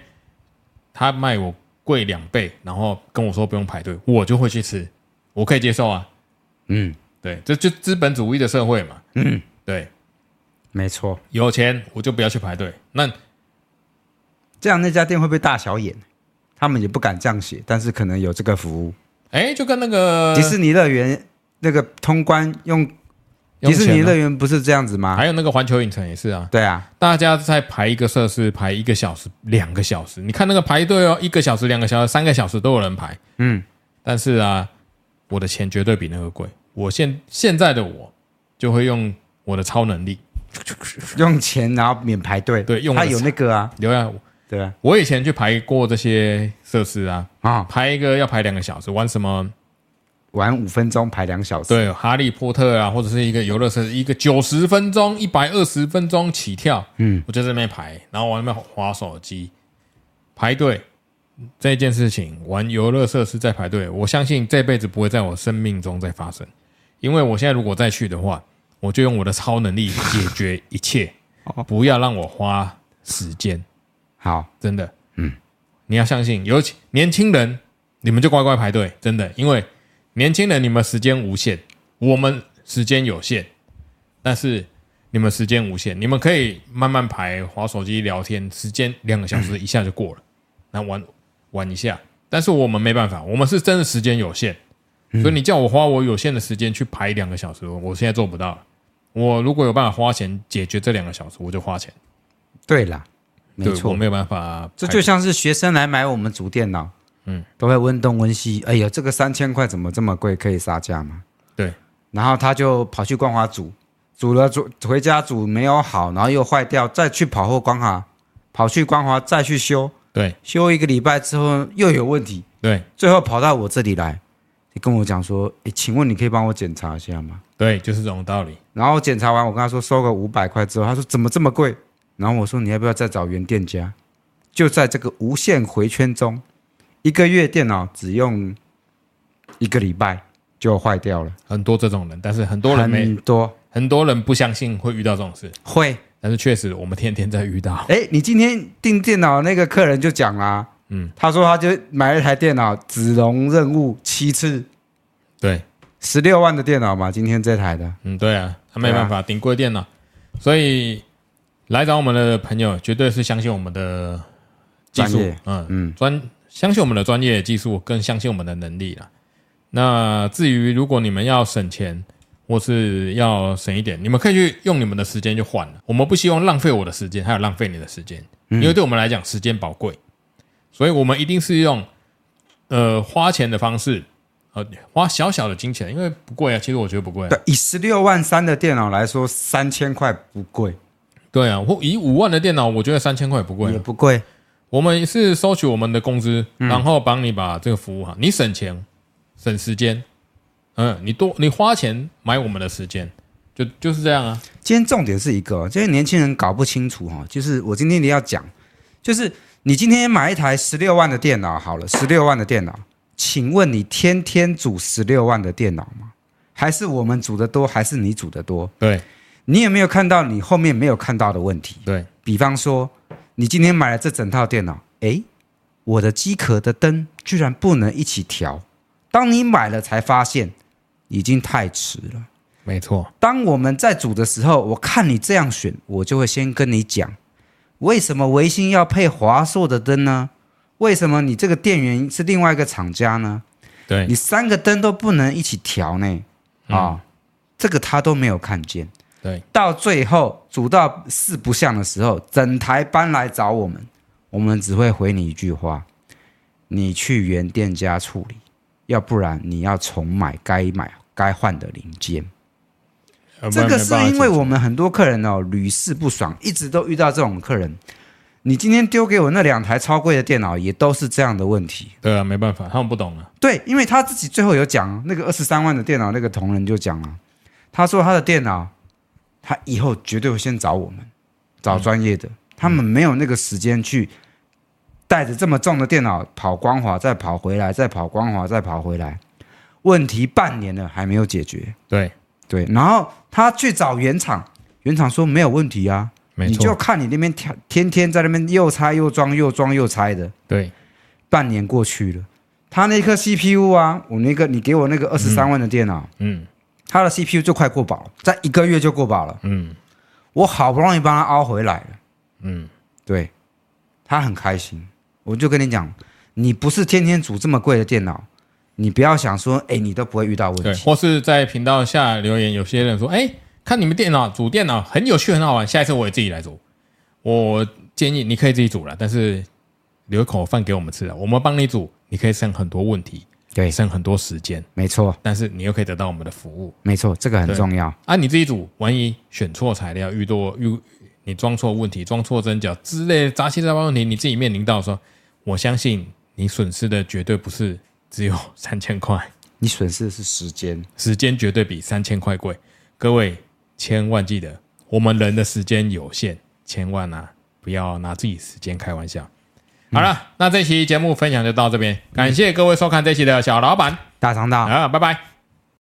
Speaker 1: 他卖我贵两倍，然后跟我说不用排队，我就会去吃，我可以接受啊。
Speaker 2: 嗯，
Speaker 1: 对，这就资本主义的社会嘛。嗯，对，
Speaker 2: 没错。
Speaker 1: 有钱我就不要去排队。那
Speaker 2: 这样那家店会不会大小眼？他们也不敢这样写，但是可能有这个服务。
Speaker 1: 哎，就跟那个
Speaker 2: 迪士尼乐园那个通关用
Speaker 1: 用
Speaker 2: 迪士尼啊
Speaker 1: 钱啊
Speaker 2: 乐园不是这样子吗？
Speaker 1: 还有那个环球影城也是啊，
Speaker 2: 对啊，
Speaker 1: 大家在排一个设施排一个小时、两个小时，你看那个排队哦，一个小时、两个小时、三个小时都有人排。
Speaker 2: 嗯，
Speaker 1: 但是啊，我的钱绝对比那个贵。我现现在的我就会用我的超能力，
Speaker 2: 用钱然后免排队，
Speaker 1: 对用
Speaker 2: 他
Speaker 1: 了
Speaker 2: 有那个啊，
Speaker 1: 留下我
Speaker 2: 对啊，
Speaker 1: 我以前去排过这些设施啊，
Speaker 2: 啊，
Speaker 1: 排一个要排两个小时，玩什么？
Speaker 2: 玩五分钟排两小时，
Speaker 1: 对，哈利波特啊，或者是一个游乐设施，一个九十分钟、一百二十分钟起跳，
Speaker 2: 嗯，
Speaker 1: 我就在那边排，然后我在那边划手机，排队这件事情，玩游乐设施在排队，我相信这辈子不会在我生命中再发生，因为我现在如果再去的话，我就用我的超能力解决一切
Speaker 2: 哦，
Speaker 1: 不要让我花时间，
Speaker 2: 好，
Speaker 1: 真的，嗯，你要相信，尤其年轻人，你们就乖乖排队，真的，因为年轻人你们时间无限，我们时间有限，但是你们时间无限，你们可以慢慢排，划手机聊天，时间两个小时一下就过了，那玩玩一下。但是我们没办法，我们是真的时间有限，
Speaker 2: 嗯
Speaker 1: 所以你叫我花我有限的时间去排两个小时，我现在做不到。我如果有办法花钱解决这两个小时，我就花钱。
Speaker 2: 对啦，没
Speaker 1: 对
Speaker 2: 错
Speaker 1: 我，没有办法排。
Speaker 2: 这就像是学生来买我们主电脑，嗯，都会问东问西，哎呀，这个三千块怎么这么贵？可以杀价吗？
Speaker 1: 对，
Speaker 2: 然后他就跑去光华煮，煮了煮回家煮没有好，然后又坏掉，再去跑货光华，跑去光华再去修，
Speaker 1: 对
Speaker 2: 修一个礼拜之后又有问题，
Speaker 1: 对
Speaker 2: 最后跑到我这里来，就跟我讲说，哎，请问你可以帮我检查一下吗？
Speaker 1: 对，就是这种道理。
Speaker 2: 然后检查完，我跟他说收个五百块之后，他说怎么这么贵？然后我说你要不要再找原店家？就在这个无限回圈中，一个月电脑只用一个礼拜就坏掉了，
Speaker 1: 很多这种人，但是很多人没，
Speaker 2: 很多
Speaker 1: 很多人不相信会遇到这种事，
Speaker 2: 会。
Speaker 1: 但是确实我们天天在遇到。
Speaker 2: 哎，你今天订电脑那个客人就讲啦、
Speaker 1: 嗯，
Speaker 2: 他说他就买了一台电脑，只容任务七次，
Speaker 1: 对，
Speaker 2: 十六万的电脑嘛，今天这台的，
Speaker 1: 嗯，对啊，他没办法顶贵电脑，所以来找我们的朋友绝对是相信我们的技术
Speaker 2: 专业，
Speaker 1: 嗯
Speaker 2: 嗯
Speaker 1: 嗯，专相信我们的专业技术，更相信我们的能力啦。那至于如果你们要省钱或是要省一点，你们可以去用你们的时间去换了。我们不希望浪费我的时间，还有浪费你的时间，因为对我们来讲时间宝贵，所以我们一定是用呃花钱的方式。呃，花小小的金钱，因为不贵啊，其实我觉得不贵、啊。
Speaker 2: 对，以十六万三的电脑来说，三千块不贵，
Speaker 1: 对啊，我以五万的电脑，我觉得三千块也不嗯贵啊
Speaker 2: 也。不贵，
Speaker 1: 我们是收取我们的工资，然后帮你把这个服务好，你省钱，省时间，嗯，你多你花钱买我们的时间，就就是这样啊。
Speaker 2: 今天重点是一个哦，这些年轻人搞不清楚哈，就是我今天一定要讲，就是你今天买一台十六万的电脑好了，十六万的电脑，请问你天天煮十六万的电脑吗？还是我们煮的多，还是你煮的多？
Speaker 1: 对
Speaker 2: 你有没有看到你后面没有看到的问题？
Speaker 1: 对
Speaker 2: 比方说，你今天买了这整套电脑，诶，我的机壳的灯居然不能一起调，当你买了才发现，已经太迟了。
Speaker 1: 没错，
Speaker 2: 当我们在煮的时候，我看你这样选，我就会先跟你讲，为什么维新要配华硕的灯呢？为什么你这个电源是另外一个厂家呢？
Speaker 1: 对
Speaker 2: 你三个灯都不能一起调呢？啊、这个他都没有看见。
Speaker 1: 嗯对，
Speaker 2: 到最后煮到四不像的时候，整台搬来找我们，我们只会回你一句话：你去原店家处理，要不然你要重买该买该换的零件。
Speaker 1: 呃
Speaker 2: 这个是因为我。
Speaker 1: 没有办法解决
Speaker 2: 们很多客人哦屡试不爽，一直都遇到这种客人。你今天丢给我那两台超贵的电脑，也都是这样的问题。
Speaker 1: 对啊，没办法，他们不懂啊。
Speaker 2: 对，因为他自己最后有讲，那个二十三万的电脑，那个同仁就讲了，他说他的电脑，他以后绝对会先找我们，找专业的，
Speaker 1: 嗯
Speaker 2: 他们没有那个时间去带着这么重的电脑跑光华，再跑回来，再跑光华，再跑回来，问题半年了还没有解决。
Speaker 1: 对，
Speaker 2: 对，然后他去找原厂，原厂说没有问题啊，
Speaker 1: 没
Speaker 2: 你就
Speaker 1: 错，
Speaker 2: 看你那边天天天在那边又拆又装又装又拆的，
Speaker 1: 对
Speaker 2: 半年过去了，他那颗 CPU 啊，我那个你给我那个二十三万的电脑，
Speaker 1: 嗯
Speaker 2: 他的 CPU 就快过保了，在一个月就过保了，
Speaker 1: 嗯
Speaker 2: 我好不容易帮他凹回来了，
Speaker 1: 嗯，
Speaker 2: 对他很开心。我就跟你讲，你不是天天煮这么贵的电脑，你不要想说，哎，你都不会遇到问
Speaker 1: 对，
Speaker 2: 题。
Speaker 1: 或是在频道下留言，有些人说：“哎，看你们电脑煮电脑很有趣，很好玩，下一次我也自己来煮。”我建议你可以自己煮了，但是留一口饭给我们吃了，我们帮你煮，你可以省很多问题，
Speaker 2: 对，
Speaker 1: 省很多时间，
Speaker 2: 没错，
Speaker 1: 但是你又可以得到我们的服务
Speaker 2: 没错，这个很
Speaker 1: 对
Speaker 2: 重要。
Speaker 1: 啊！你自己煮，万一选错材料、遇多遇你装错问题、装错针脚之类的杂七杂八问题，你自己面临到的时候，我相信你损失的绝对不是只有三千块，
Speaker 2: 你损失的是时间，
Speaker 1: 时间绝对比三千块贵。各位千万记得，我们人的时间有限，千万啊不要拿自己时间开玩笑。好了，那这期节目分享就到这边，感谢各位收看这期的小老板
Speaker 2: 大肠道。
Speaker 1: 啊，拜拜。